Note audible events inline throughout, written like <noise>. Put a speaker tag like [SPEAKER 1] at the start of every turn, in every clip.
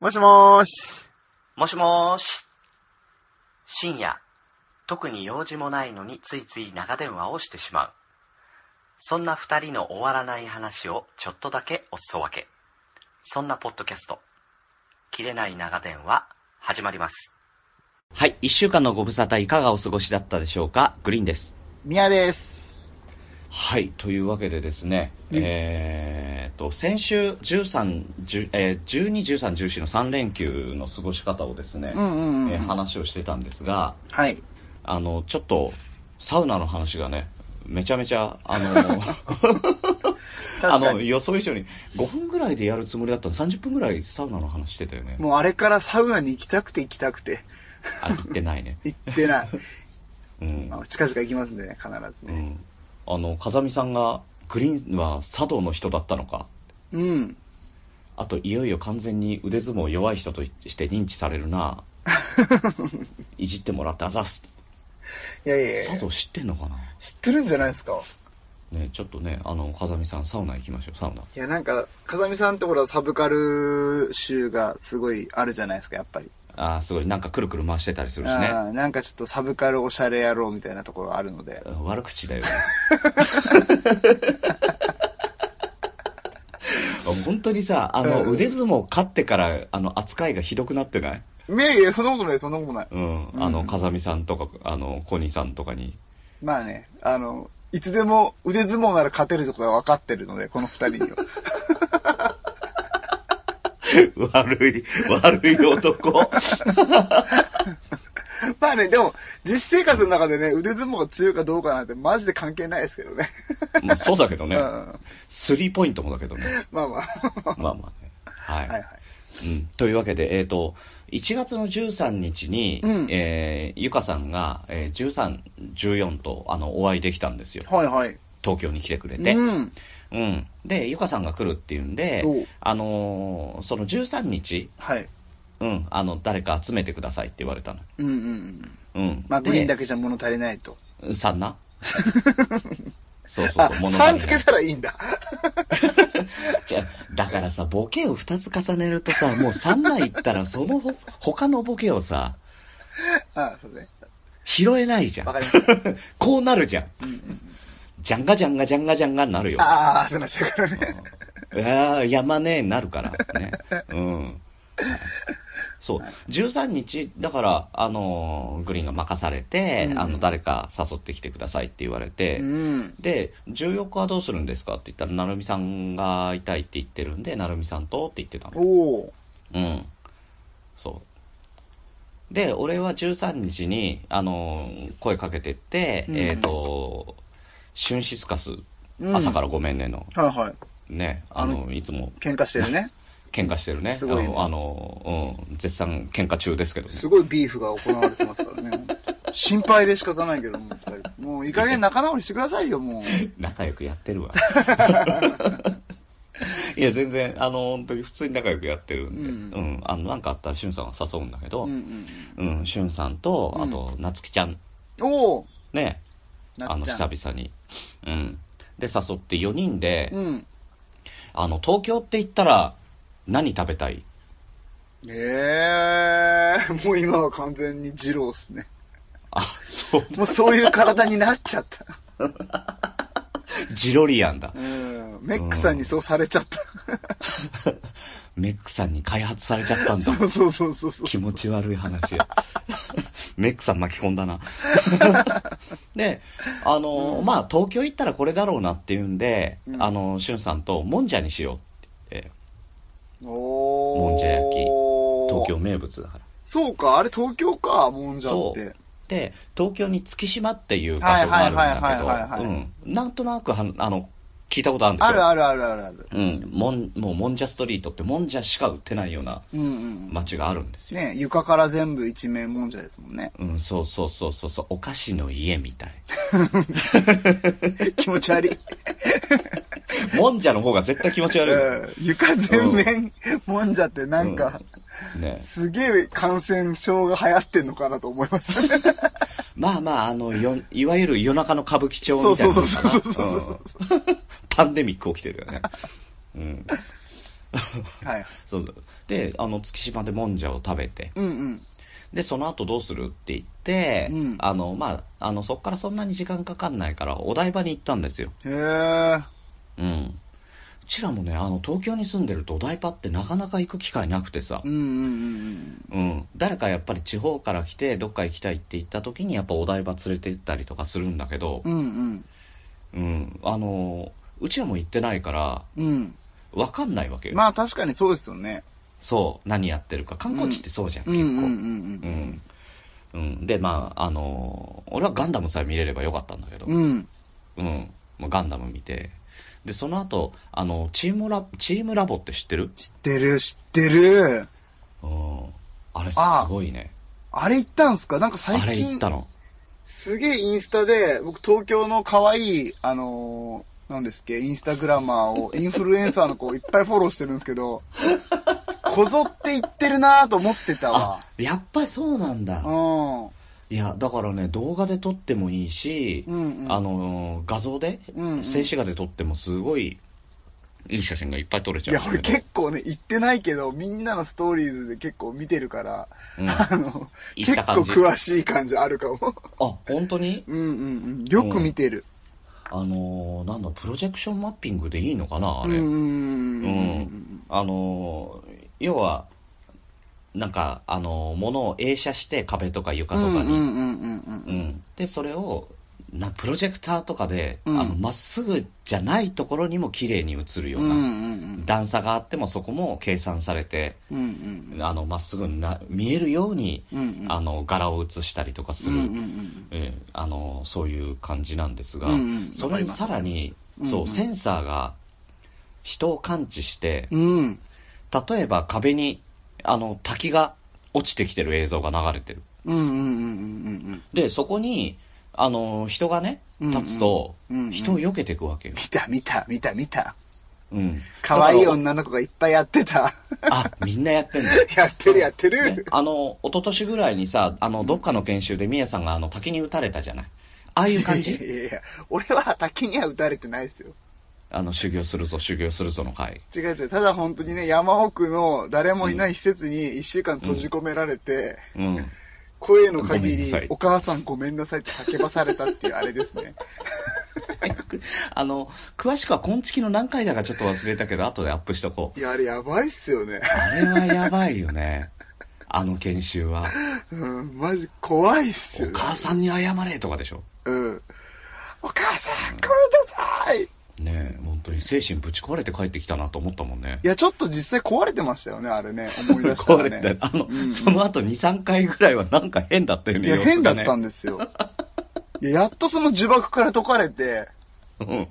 [SPEAKER 1] もしもーし。
[SPEAKER 2] もしもーし。深夜、特に用事もないのについつい長電話をしてしまう。そんな二人の終わらない話をちょっとだけおすそ分け。そんなポッドキャスト、切れない長電話、始まります。はい、一週間のご無沙汰いかがお過ごしだったでしょうかグリーンです。
[SPEAKER 1] 宮です。
[SPEAKER 2] はい、というわけでですね、えーっと、先週13、10えー12、13、14の3連休の過ごし方をですね、
[SPEAKER 1] うんうんうん
[SPEAKER 2] えー話をしてたんですが、
[SPEAKER 1] はい。
[SPEAKER 2] あの、ちょっと、サウナの話がね、めちゃめちゃ、あの、 <laughs> あ
[SPEAKER 1] 確か
[SPEAKER 2] の、
[SPEAKER 1] に。
[SPEAKER 2] 予想以上に、5分ぐらいでやるつもりだったの30分ぐらいサウナの話してたよね。
[SPEAKER 1] もうあれからサウナに行きたくて行きたくて、
[SPEAKER 2] あ、言ってないね。
[SPEAKER 1] <laughs> 行ってない。
[SPEAKER 2] うん
[SPEAKER 1] ま。あ近々行きますんでね、必ず
[SPEAKER 2] う
[SPEAKER 1] ね。
[SPEAKER 2] ん。あの、風見さんが、グリーンは茶道の人だったのか。
[SPEAKER 1] うん。
[SPEAKER 2] あと、いよいよ完全に腕相撲弱い人として認知される
[SPEAKER 1] <laughs>
[SPEAKER 2] な。いじってもらってあざっす。
[SPEAKER 1] いやいやい
[SPEAKER 2] 茶
[SPEAKER 1] や、
[SPEAKER 2] 道知ってんのかな
[SPEAKER 1] 知ってるんじゃないですか。
[SPEAKER 2] ね、ちょっとね、あの、風見さん、サウナ行きましょう、サウナ。
[SPEAKER 1] いや、なんか、風見さんってほら、サブカル集がすごいあるじゃないですか、やっぱり。
[SPEAKER 2] あーすごい、なんかくるくる回してたりするしね。
[SPEAKER 1] あーなんかちょっとサブカルおしゃれ野郎みたいなところがあるので。
[SPEAKER 2] 悪口 <laughs> だよね本当にさあの
[SPEAKER 1] うん
[SPEAKER 2] 腕相撲勝ってからあの扱いがひどくなってない
[SPEAKER 1] いやいや、そんなことない、そんなことない。
[SPEAKER 2] うんあの風見さんとかあのコニーさんとかに
[SPEAKER 1] まあね、あの、いつでも腕相撲なら勝てるところが分かってるので、この二 <laughs> 人には。
[SPEAKER 2] <laughs> 悪い悪い男
[SPEAKER 1] まあね、でも、実生活の中でね、腕相撲が強いかどうかなんてマジで関係ないですけどね。
[SPEAKER 2] <laughs> まあそうだけど
[SPEAKER 1] う
[SPEAKER 2] ね
[SPEAKER 1] ん。ま
[SPEAKER 2] スリーポイントもだけど <laughs> ね
[SPEAKER 1] あまあ。は
[SPEAKER 2] まあまあねはい
[SPEAKER 1] いはい。
[SPEAKER 2] うん、というわけで、えっ、と、1月の13日に、
[SPEAKER 1] うん
[SPEAKER 2] えーゆかさんが、えー13、14と、あの、お会いできたんですよ。
[SPEAKER 1] はいはい。
[SPEAKER 2] 東京に来てくれて。
[SPEAKER 1] うん。
[SPEAKER 2] うん。で、ゆかさんが来るっていうんで
[SPEAKER 1] おう、
[SPEAKER 2] あのーその13日、
[SPEAKER 1] はい。
[SPEAKER 2] うん、あの、誰か集めてくださいって言われたの。
[SPEAKER 1] うんうんうん。
[SPEAKER 2] うん。
[SPEAKER 1] まあ、
[SPEAKER 2] で
[SPEAKER 1] グリーンだけじゃ物足りないと。
[SPEAKER 2] さん
[SPEAKER 1] <laughs>
[SPEAKER 2] なそうそう
[SPEAKER 1] あ、
[SPEAKER 2] そう、物足りない
[SPEAKER 1] 3つけたらいいんだ。
[SPEAKER 2] じゃだからさ、ボケを2つ重ねるとさ、もう3枚いったら、そのほ、他のボケをさ、
[SPEAKER 1] あそうね。
[SPEAKER 2] 拾えないじゃん
[SPEAKER 1] わ。かりま
[SPEAKER 2] <laughs>
[SPEAKER 1] した。
[SPEAKER 2] こうなるじゃん。ジャンガジャンガジャンガジャンガになるよ。
[SPEAKER 1] ああ、そうなっちゃうからね。
[SPEAKER 2] いやーやまねえになるから。ね。うん。はいそう。13日、だから、あのーグリーンが任されて、
[SPEAKER 1] うん
[SPEAKER 2] あの、誰か誘ってきてくださいって言われて、
[SPEAKER 1] うん。
[SPEAKER 2] で、14日はどうするんですかって言ったら、なるみさんがいたいって言ってるんで、なるみさんとって言ってたの。
[SPEAKER 1] おお。
[SPEAKER 2] うん。そう。で、俺は13日に、あのー声かけてって、
[SPEAKER 1] うん
[SPEAKER 2] えっ、と、シュンシスカス、
[SPEAKER 1] うん
[SPEAKER 2] 朝からごめんねの、
[SPEAKER 1] はいはい。
[SPEAKER 2] ね、あの、いつも
[SPEAKER 1] 喧嘩してるね。
[SPEAKER 2] 喧嘩してるね。
[SPEAKER 1] すごいね
[SPEAKER 2] あの、あのうん、絶賛喧嘩中ですけどね。
[SPEAKER 1] すごいビーフが行われてますからね。心配で仕方ないけど、もう二人。もういい加減仲直りしてくださいよ、もう。
[SPEAKER 2] 仲良くやってる
[SPEAKER 1] <laughs>
[SPEAKER 2] わ。いや、全然、あの、本当に普通に仲良くやってるんで、
[SPEAKER 1] うん
[SPEAKER 2] うん、あの、なんかあったらしゅんさんは誘うんだけど、
[SPEAKER 1] う
[SPEAKER 2] うん、
[SPEAKER 1] うんん。
[SPEAKER 2] しゅんさんと、あと、なつきちゃん、
[SPEAKER 1] おお。
[SPEAKER 2] ね、
[SPEAKER 1] な
[SPEAKER 2] あ
[SPEAKER 1] っ
[SPEAKER 2] の
[SPEAKER 1] ちゃ
[SPEAKER 2] 久
[SPEAKER 1] ん。
[SPEAKER 2] 々に、うん、で誘って4人で、
[SPEAKER 1] うん。
[SPEAKER 2] あの東京って言ったら何食べたい
[SPEAKER 1] ええもう今は完全に二郎っすね。
[SPEAKER 2] あそう
[SPEAKER 1] もうそういう体になっちゃった。
[SPEAKER 2] ジロリアンだ <laughs>
[SPEAKER 1] うん。メックさんにそうされちゃった。
[SPEAKER 2] メックさんに開発されちゃったんだ
[SPEAKER 1] そうそうそうそうそう。
[SPEAKER 2] 気持ち悪い話やメックさん巻き込んだな <laughs> であの、まあ東京行ったらこれだろうなっていうんで、
[SPEAKER 1] うん
[SPEAKER 2] あのしゅんさんともんじゃにしようって言って
[SPEAKER 1] お
[SPEAKER 2] もんじゃ焼き東京
[SPEAKER 1] 京。
[SPEAKER 2] 名物だから
[SPEAKER 1] そうか、あれ東京か、もんじゃっ
[SPEAKER 2] そ
[SPEAKER 1] て
[SPEAKER 2] う。で東京に月島っていう場所があるん
[SPEAKER 1] はいはいはいはい
[SPEAKER 2] だ
[SPEAKER 1] はい
[SPEAKER 2] けど
[SPEAKER 1] は
[SPEAKER 2] う
[SPEAKER 1] い
[SPEAKER 2] んなんとなくはあの聞いたことあるんですよ
[SPEAKER 1] あるあるあるあるある。
[SPEAKER 2] うん、もんもうもんじゃストリートってもんじゃしか売ってないような
[SPEAKER 1] うんうん。
[SPEAKER 2] 街があるんですよ、
[SPEAKER 1] ね床から全部一面もんじゃですもんね。 <laughs>
[SPEAKER 2] うん、そうそうそうそうそうお菓子の家みたい
[SPEAKER 1] 気持ち悪い。
[SPEAKER 2] もんじゃの方が絶対気持ち悪い、
[SPEAKER 1] うん床全面もんじゃってな
[SPEAKER 2] うん
[SPEAKER 1] か、
[SPEAKER 2] ね
[SPEAKER 1] すげえ感染症が流行ってんのかなと思いますね。
[SPEAKER 2] <laughs> まあまああのよいわゆる夜中の歌舞伎町みたいな
[SPEAKER 1] そうそうそうそうそう
[SPEAKER 2] うんパンデミック起きてるよねうん
[SPEAKER 1] はい。
[SPEAKER 2] そうであの月島でもんじゃを食べて
[SPEAKER 1] うんうん。
[SPEAKER 2] でその後どうするって言って、
[SPEAKER 1] うん
[SPEAKER 2] あのまああのそっからそんなに時間かかんないからお台場に行ったんですよ
[SPEAKER 1] へえ。
[SPEAKER 2] うんうちらもねあの東京に住んでるとお台場ってなかなか行く機会なくてさ
[SPEAKER 1] うんうんうん
[SPEAKER 2] うん、誰かやっぱり地方から来てどっか行きたいって言った時にやっぱお台場連れて行ったりとかするんだけど
[SPEAKER 1] う、ん。うん
[SPEAKER 2] うん、あのうちらも行ってないから
[SPEAKER 1] うん。うん。
[SPEAKER 2] わかんないわけよ、
[SPEAKER 1] まあ確かにそうですよね。
[SPEAKER 2] そう何やってるか観光地ってそうじゃん、
[SPEAKER 1] うん
[SPEAKER 2] 結
[SPEAKER 1] う
[SPEAKER 2] 構、
[SPEAKER 1] んうん
[SPEAKER 2] うんうんでまああの俺はガンダムさえ見れればよかったんだけど、
[SPEAKER 1] うん。うん。
[SPEAKER 2] うんまあガンダム見てでその後あのチームラチームラボって知ってる、
[SPEAKER 1] 知ってる、知ってる。
[SPEAKER 2] うん、あれす
[SPEAKER 1] あ
[SPEAKER 2] ごいね
[SPEAKER 1] あれ行ったんすかなんか
[SPEAKER 2] あ
[SPEAKER 1] 最
[SPEAKER 2] れ行っ
[SPEAKER 1] 近
[SPEAKER 2] た、の
[SPEAKER 1] すげえインスタで、僕東京の可愛い、あのー、なんですっけ、インスタグラマ
[SPEAKER 2] <laughs>
[SPEAKER 1] ーを、インフルエンサーの子をいっぱいフォローしてるんですけど、こぞって行ってるなぁと思ってた
[SPEAKER 2] あ。
[SPEAKER 1] わ
[SPEAKER 2] やっぱりそうなんだ、
[SPEAKER 1] うん。
[SPEAKER 2] いやだからね動画で撮ってもいいし、
[SPEAKER 1] うんうん
[SPEAKER 2] あのー画像で、
[SPEAKER 1] うんうん
[SPEAKER 2] 静止画で撮ってもすごいいい写真がいっぱい撮れち
[SPEAKER 1] い
[SPEAKER 2] ゃう
[SPEAKER 1] や
[SPEAKER 2] ん、だ
[SPEAKER 1] 俺
[SPEAKER 2] けど
[SPEAKER 1] 結構ね、行ってないけど、みんなのストーリーズで結構見てるから、
[SPEAKER 2] うん
[SPEAKER 1] あの、
[SPEAKER 2] 行
[SPEAKER 1] 結
[SPEAKER 2] った
[SPEAKER 1] 構
[SPEAKER 2] 感じ
[SPEAKER 1] 詳しい感じあるかも。
[SPEAKER 2] あ本当に
[SPEAKER 1] うんうんうん。よく見てる。
[SPEAKER 2] あのーなんだプロジェクションマッピングでいいのかなあ
[SPEAKER 1] うん
[SPEAKER 2] れ、
[SPEAKER 1] うんうんう
[SPEAKER 2] うん
[SPEAKER 1] ん
[SPEAKER 2] あのー要はなんかあのー物を映写して壁とか
[SPEAKER 1] う
[SPEAKER 2] 床
[SPEAKER 1] ん。
[SPEAKER 2] と
[SPEAKER 1] う
[SPEAKER 2] か
[SPEAKER 1] ん
[SPEAKER 2] に、
[SPEAKER 1] うんうんうん
[SPEAKER 2] う。んでそれをなプロジェクターとかで
[SPEAKER 1] うん
[SPEAKER 2] あのま、っすぐじゃないところにも綺麗に映るよ
[SPEAKER 1] うん
[SPEAKER 2] う
[SPEAKER 1] うん
[SPEAKER 2] な、
[SPEAKER 1] うん。
[SPEAKER 2] 段差があってもそこも計算されて
[SPEAKER 1] うんうん
[SPEAKER 2] あのまっすぐにな見えるように、
[SPEAKER 1] うん。うん
[SPEAKER 2] あの柄を写したりとかする、
[SPEAKER 1] うんうんうん
[SPEAKER 2] ええあのそういう感じなんですが、
[SPEAKER 1] うんうん
[SPEAKER 2] それにさらに、
[SPEAKER 1] わかります
[SPEAKER 2] そう、
[SPEAKER 1] うんうん
[SPEAKER 2] センサーが人を感知して、
[SPEAKER 1] うん。うん。
[SPEAKER 2] 例えば壁にあの滝が落ちてきてる映像が流れてる
[SPEAKER 1] うんうんうんうん
[SPEAKER 2] でそこにあの人がね
[SPEAKER 1] うんうん
[SPEAKER 2] 立つと、
[SPEAKER 1] うんうん
[SPEAKER 2] 人を避けていくわけよ、
[SPEAKER 1] 見た見た見た見た。
[SPEAKER 2] うん、
[SPEAKER 1] 可愛い
[SPEAKER 2] だか
[SPEAKER 1] 女の子がいっぱいやって <laughs> た。
[SPEAKER 2] らあみんなやってんだ
[SPEAKER 1] やってるやって
[SPEAKER 2] ね
[SPEAKER 1] る。
[SPEAKER 2] あの、一昨年ぐらいにさ、あの、どっかの研修でミヤさんがあの、滝に打たれたじゃない。ああいう感
[SPEAKER 1] い <laughs> や
[SPEAKER 2] じ
[SPEAKER 1] いやいや、俺は滝には打たれてないですよ。
[SPEAKER 2] あの、修行するぞ、修行するぞの回。
[SPEAKER 1] 違う違う。ただ本当にね、山奥の誰もいない施設に一週間閉じ込められて、
[SPEAKER 2] うん。
[SPEAKER 1] 声の限
[SPEAKER 2] ごめんな
[SPEAKER 1] り
[SPEAKER 2] さい、
[SPEAKER 1] お母さんごめんなさいって叫ばされたっていうあれです <laughs> ね。
[SPEAKER 2] あの、詳しくは今月の何回だかちょっと忘れたけど、後でアップしとこう。
[SPEAKER 1] いや、あれやばいっすよね。
[SPEAKER 2] あれはやばいよね。あの研修は。
[SPEAKER 1] うん、マジ怖いっす
[SPEAKER 2] お
[SPEAKER 1] よね。
[SPEAKER 2] 母さんに謝れとかでしょ。
[SPEAKER 1] うん。お母さん、ごめんなさいい
[SPEAKER 2] ねえ、本当に精神ぶち壊れて帰ってきたなと思ったもんね。
[SPEAKER 1] や、ちょっと実際壊れてましたよね、あれね。思い出した
[SPEAKER 2] 壊
[SPEAKER 1] ら
[SPEAKER 2] れて
[SPEAKER 1] ね。
[SPEAKER 2] た。あの、
[SPEAKER 1] うん
[SPEAKER 2] その後2、3回ぐらいはなんか変だったよ
[SPEAKER 1] い
[SPEAKER 2] ね。
[SPEAKER 1] や、
[SPEAKER 2] 様子
[SPEAKER 1] 変だ
[SPEAKER 2] が
[SPEAKER 1] っ
[SPEAKER 2] ね
[SPEAKER 1] たんですよ。いや、やっとその呪縛から解かれて、
[SPEAKER 2] うん。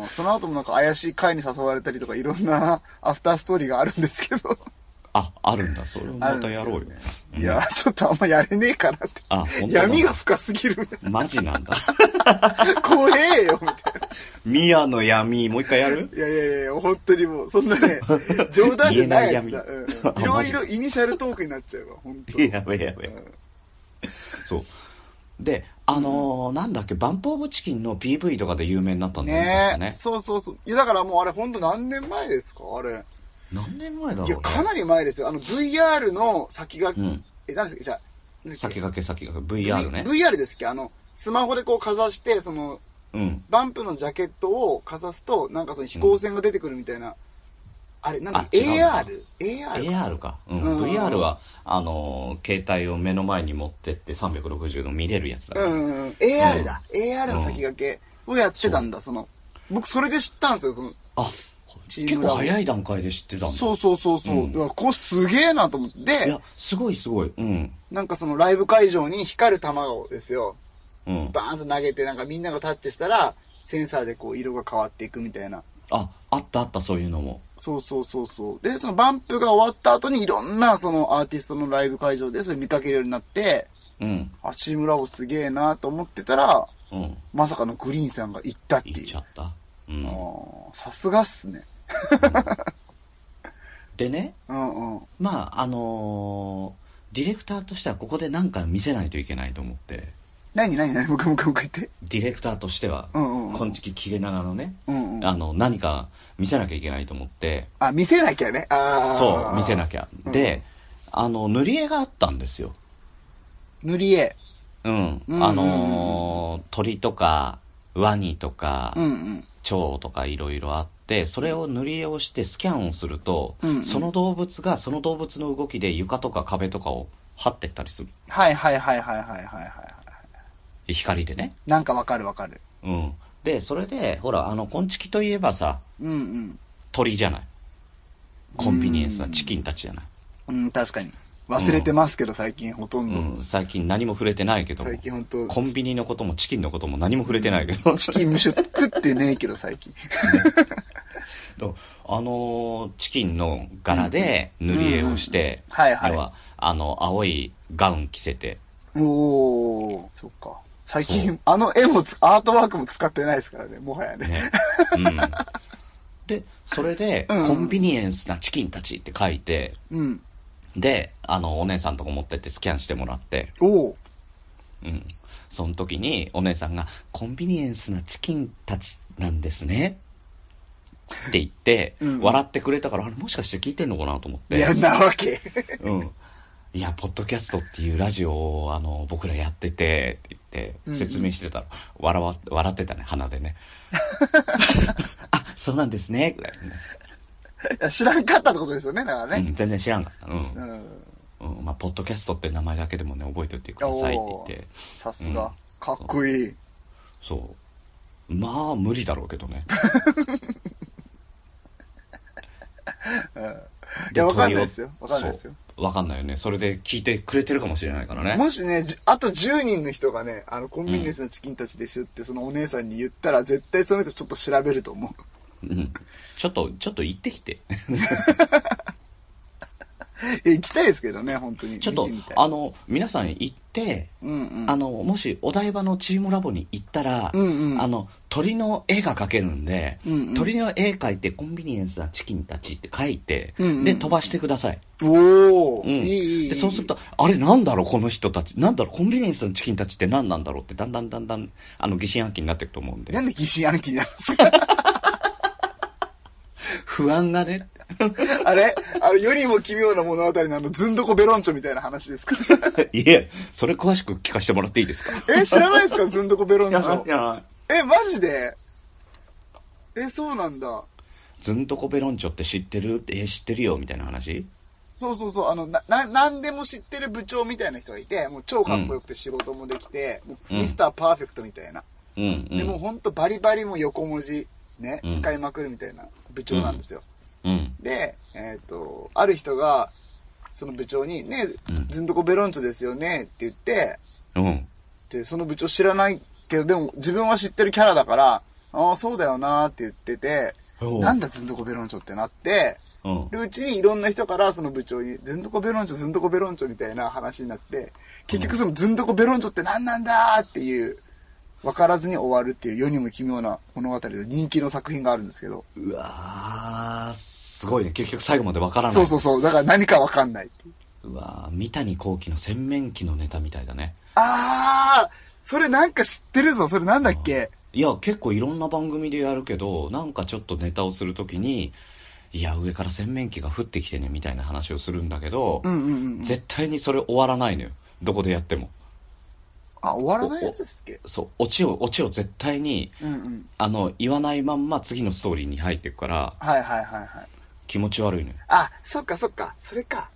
[SPEAKER 1] うん、その後もなんか怪しい会に誘われたりとか、いろんな <laughs> アフターストーリーがあるんですけど。
[SPEAKER 2] あ、あるんだ。それを
[SPEAKER 1] あ
[SPEAKER 2] ま
[SPEAKER 1] るんで
[SPEAKER 2] た
[SPEAKER 1] す
[SPEAKER 2] や
[SPEAKER 1] よ
[SPEAKER 2] ろうよ。
[SPEAKER 1] いや、ちょっとあんまやれねえかなって。
[SPEAKER 2] あ、本当だ
[SPEAKER 1] 闇が深すぎる。
[SPEAKER 2] マジなんだ。
[SPEAKER 1] 怖えよ、みたいな。
[SPEAKER 2] ミヤの闇、もう一回やる
[SPEAKER 1] いやいやいや、本当にもう、そんな
[SPEAKER 2] <laughs>
[SPEAKER 1] ね、冗談じゃないやつだ。
[SPEAKER 2] 言え
[SPEAKER 1] う
[SPEAKER 2] なん <laughs> い闇
[SPEAKER 1] うんいろいろイニシャルトークになっちゃうわ、本当
[SPEAKER 2] やべやべ。そう。で、あのーなんだっけ、バンプオブチキンの PV とかで有名になったんだよ
[SPEAKER 1] ねえ、
[SPEAKER 2] ね。確か
[SPEAKER 1] そうそうそう。いや、だからもうあれ、ほんと何年前ですかあれ。
[SPEAKER 2] ね何年前だろう、ね。
[SPEAKER 1] いや、かなり前ですよ。あの、VR の先が、
[SPEAKER 2] うん
[SPEAKER 1] え、何ですかじゃあ、何ですか
[SPEAKER 2] 先駆け先駆け、VR ね。
[SPEAKER 1] V- VR ですっけあの、スマホでこうかざして、その、
[SPEAKER 2] うん。
[SPEAKER 1] バンプのジャケットをかざすと、なんかその飛行船が出てくるみたいな。あれ、なんだ
[SPEAKER 2] あ違うんだ
[SPEAKER 1] ?AR?AR?
[SPEAKER 2] AR か。うん。
[SPEAKER 1] うん
[SPEAKER 2] VR は、あのー携帯を目の前に持ってって360度見れるやつだ、
[SPEAKER 1] うんうんうん。AR だ。AR の先駆けをやってたんだ、その。僕、それで知ったんですよ、その。
[SPEAKER 2] あ、
[SPEAKER 1] チー
[SPEAKER 2] 結
[SPEAKER 1] ムラボ
[SPEAKER 2] 構早い段階で知ってたんだ。
[SPEAKER 1] そうそうそうそう。
[SPEAKER 2] うん
[SPEAKER 1] うわこれすげえなと思って。
[SPEAKER 2] い
[SPEAKER 1] で
[SPEAKER 2] や、、すごいすごい。うん。
[SPEAKER 1] なんかそのライブ会場に光る球をですよ。
[SPEAKER 2] うん。
[SPEAKER 1] バーンと投げて、なんかみんながタッチしたら、センサーでこう色が変わっていくみたいな。
[SPEAKER 2] あ、あったあった、そういうのも。
[SPEAKER 1] そうそうそうそう。で、そのバンプが終わった後にいろんなそのアーティストのライブ会場でそれ見かけるようになって、
[SPEAKER 2] うん。
[SPEAKER 1] あ、チームラボすげえなと思ってたら、
[SPEAKER 2] うん。
[SPEAKER 1] まさかのグリーンさんが行ったって
[SPEAKER 2] 行っ
[SPEAKER 1] いう。
[SPEAKER 2] ちゃ
[SPEAKER 1] あ
[SPEAKER 2] った。うん。
[SPEAKER 1] ーさすがっすね。
[SPEAKER 2] でね、
[SPEAKER 1] うんうん。
[SPEAKER 2] まあ、あのーディレクターとしてはここで何か見せないといけないと思って。
[SPEAKER 1] 何何 <laughs> 何もう一回もう一回もう一回言って。
[SPEAKER 2] ディレクターとしては、
[SPEAKER 1] うんうんうん
[SPEAKER 2] こんちき切れ長のね、
[SPEAKER 1] うんうん。
[SPEAKER 2] あの、何か見せなきゃいけないと思って、
[SPEAKER 1] あ、見せなきゃね。ああ。
[SPEAKER 2] そう、見せな
[SPEAKER 1] ゃ。
[SPEAKER 2] きゃ。で、あの、塗り絵があったんですよ。
[SPEAKER 1] 塗り絵。
[SPEAKER 2] うん。
[SPEAKER 1] うん
[SPEAKER 2] あのー鳥とか、ワニとか、
[SPEAKER 1] うんうん。
[SPEAKER 2] 蝶とかいろいろあって、それを塗り絵をしてスキャンをすると、
[SPEAKER 1] うんうん
[SPEAKER 2] その動物がその動物の動きで床とか壁とかを張ってったりする。
[SPEAKER 1] はいはいはいはいはいはいはい。
[SPEAKER 2] 光でね。
[SPEAKER 1] なんかわかるわかる。
[SPEAKER 2] うん。で、それで、ほら、あの、昆虫といえばさ、
[SPEAKER 1] うん
[SPEAKER 2] 鳥じゃない。コンビニエンス
[SPEAKER 1] う
[SPEAKER 2] な、
[SPEAKER 1] ん
[SPEAKER 2] チキンたちじゃない。
[SPEAKER 1] うん。うん、確かに。忘れてますけど、最近ほとんど。
[SPEAKER 2] うん、最近何も触れてないけど、
[SPEAKER 1] 最近ほんと、
[SPEAKER 2] コンビニのこともチキンのことも何も触れてないけど、
[SPEAKER 1] チキンむしろ食ってねえけど、最近。
[SPEAKER 2] あのーチキンの柄で塗り絵をして、
[SPEAKER 1] うんはい
[SPEAKER 2] 要
[SPEAKER 1] は
[SPEAKER 2] は、あの、青いガウン着せて、
[SPEAKER 1] い。おー、そっか。最
[SPEAKER 2] そ
[SPEAKER 1] 近、あの絵もつ、アートワークも使ってないですからね、もはやね。 <laughs>
[SPEAKER 2] ね。うん。で、それで、
[SPEAKER 1] うん
[SPEAKER 2] コンビニエンスなチキンたちって書いて、
[SPEAKER 1] うん。
[SPEAKER 2] で、あの、お姉さんとこ持ってってスキャンしてもらって、
[SPEAKER 1] おー。
[SPEAKER 2] うん。その時に、お姉さんが、コンビニエンスなチキンたちなんですね。って言って、
[SPEAKER 1] うん
[SPEAKER 2] 笑ってくれたから、あれもしかして聞いてんのかなと思っ
[SPEAKER 1] い
[SPEAKER 2] て。
[SPEAKER 1] や、なわけ。 <laughs>
[SPEAKER 2] うん。いや、ポッドキャストっていうラジオを、あの、僕らやってて、って言
[SPEAKER 1] う
[SPEAKER 2] っ
[SPEAKER 1] んうん
[SPEAKER 2] て、説明してたら、笑わ、笑ってたね、鼻でね。
[SPEAKER 1] <laughs>
[SPEAKER 2] あ、そうなんですね、ぐらいね、
[SPEAKER 1] いや知らんかったってことですよね、だからね。
[SPEAKER 2] うん、全然知らんかった。う。
[SPEAKER 1] うんん。
[SPEAKER 2] うん、まあ、ポッドキャストって名前だけでもね、覚えておいてくださいって言って。
[SPEAKER 1] さす
[SPEAKER 2] う
[SPEAKER 1] が
[SPEAKER 2] ん。
[SPEAKER 1] かっこいい。
[SPEAKER 2] そう。まあ、無理だろうけどね。
[SPEAKER 1] <laughs> いや、わかんないですよ。わかんないですよ。
[SPEAKER 2] そう。わかんないよね。それで聞いてくれてるかもしれないからね。
[SPEAKER 1] もしね、じあと10人の人がね、あの、コンビニエンスのチキンたちですよって、そのお姉さんに言ったら、絶対その人ちょっと調べると思う。 <laughs>
[SPEAKER 2] うん。ちょっと、ちょっと行ってきて。
[SPEAKER 1] え、行きたいですけどね、本当に。
[SPEAKER 2] ちょっと
[SPEAKER 1] 見てみた、い
[SPEAKER 2] あの、皆さん行って、
[SPEAKER 1] うんうん。
[SPEAKER 2] あの、もしお台場のチームラボに行ったら、
[SPEAKER 1] うんうん
[SPEAKER 2] あの、鳥の絵が描けるんで、
[SPEAKER 1] うんうん
[SPEAKER 2] 鳥の絵描いてコンビニエンスなチキンたちって描いて、
[SPEAKER 1] うんうん
[SPEAKER 2] で、飛ばしてください。
[SPEAKER 1] おー、
[SPEAKER 2] うん
[SPEAKER 1] いいいいいい。
[SPEAKER 2] で、そうすると、あれなんだろう、この人たち。なんだろう、コンビニエンスのチキンたちって何なんだろうって、だんだんだんだん、あの、疑心暗鬼になっていくと思うんで
[SPEAKER 1] な。んで疑心暗鬼なんですか
[SPEAKER 2] 不安が
[SPEAKER 1] <laughs>
[SPEAKER 2] ね、
[SPEAKER 1] あれあの、世にも奇妙な物語のあの、ずんどこベロンチョみたいな話ですか <laughs>
[SPEAKER 2] いえ、それ詳しく聞かせてもらっていいですか
[SPEAKER 1] え、知らないですかずんどこベロンチョ。
[SPEAKER 2] や、
[SPEAKER 1] え、マジでえ、そうなんだ。
[SPEAKER 2] ずんとこベロンチョって知ってるって、え、知ってるよ、みたいな話
[SPEAKER 1] そうそうそう、あの、な、な、なんでも知ってる部長みたいな人がいて、もう超かっこよくて仕事もできて、もう
[SPEAKER 2] うん
[SPEAKER 1] ミスターパーフェクトみたいな。
[SPEAKER 2] うん、うん。
[SPEAKER 1] でもうほんとバリバリも横文字、ね、
[SPEAKER 2] うん
[SPEAKER 1] 使いまくるみたいな部長なんですよ。
[SPEAKER 2] うん。
[SPEAKER 1] で、えっ、と、ある人が、その部長に、ね
[SPEAKER 2] うん、
[SPEAKER 1] ずんどこベロンチョですよねって言って、
[SPEAKER 2] うん。
[SPEAKER 1] で、その部長知らないけど、でも自分は知ってるキャラだから、ああ、そうだよなーって言ってて、
[SPEAKER 2] おう
[SPEAKER 1] なんだずんどこベロンチョってなって、
[SPEAKER 2] うん。
[SPEAKER 1] るうちにいろんな人からその部長に、ずんどこベロンチョ、ずんどこベロンチョみたいな話になって、結局そのずんどこベロンチョって何なんだーっていう、わからずに終わるっていう世にも奇妙な物語で人気の作品があるんですけど、
[SPEAKER 2] うわー、すごいね。結局最後までわからない。
[SPEAKER 1] そうそうそう、だから何かわかんないっていう。
[SPEAKER 2] う。わー、三谷幸喜の洗面器のネタみたいだね。
[SPEAKER 1] あー、それなんか知ってるぞ、それなんだっけ
[SPEAKER 2] いや、結構いろんな番組でやるけど、なんかちょっとネタをするときに、いや、上から洗面器が降ってきてね、みたいな話をするんだけど、
[SPEAKER 1] うんうんうん。
[SPEAKER 2] 絶対にそれ終わらないのよ。どこでやっても。
[SPEAKER 1] あ、終わらないやつですっけ
[SPEAKER 2] そう、オチを、オチを絶対に、
[SPEAKER 1] うんうん。
[SPEAKER 2] あの、言わないまんま次のストーリーに入っていくから、
[SPEAKER 1] はいはいはいはい。
[SPEAKER 2] 気持ち悪いのよ。
[SPEAKER 1] あ、そっかそっか、それか。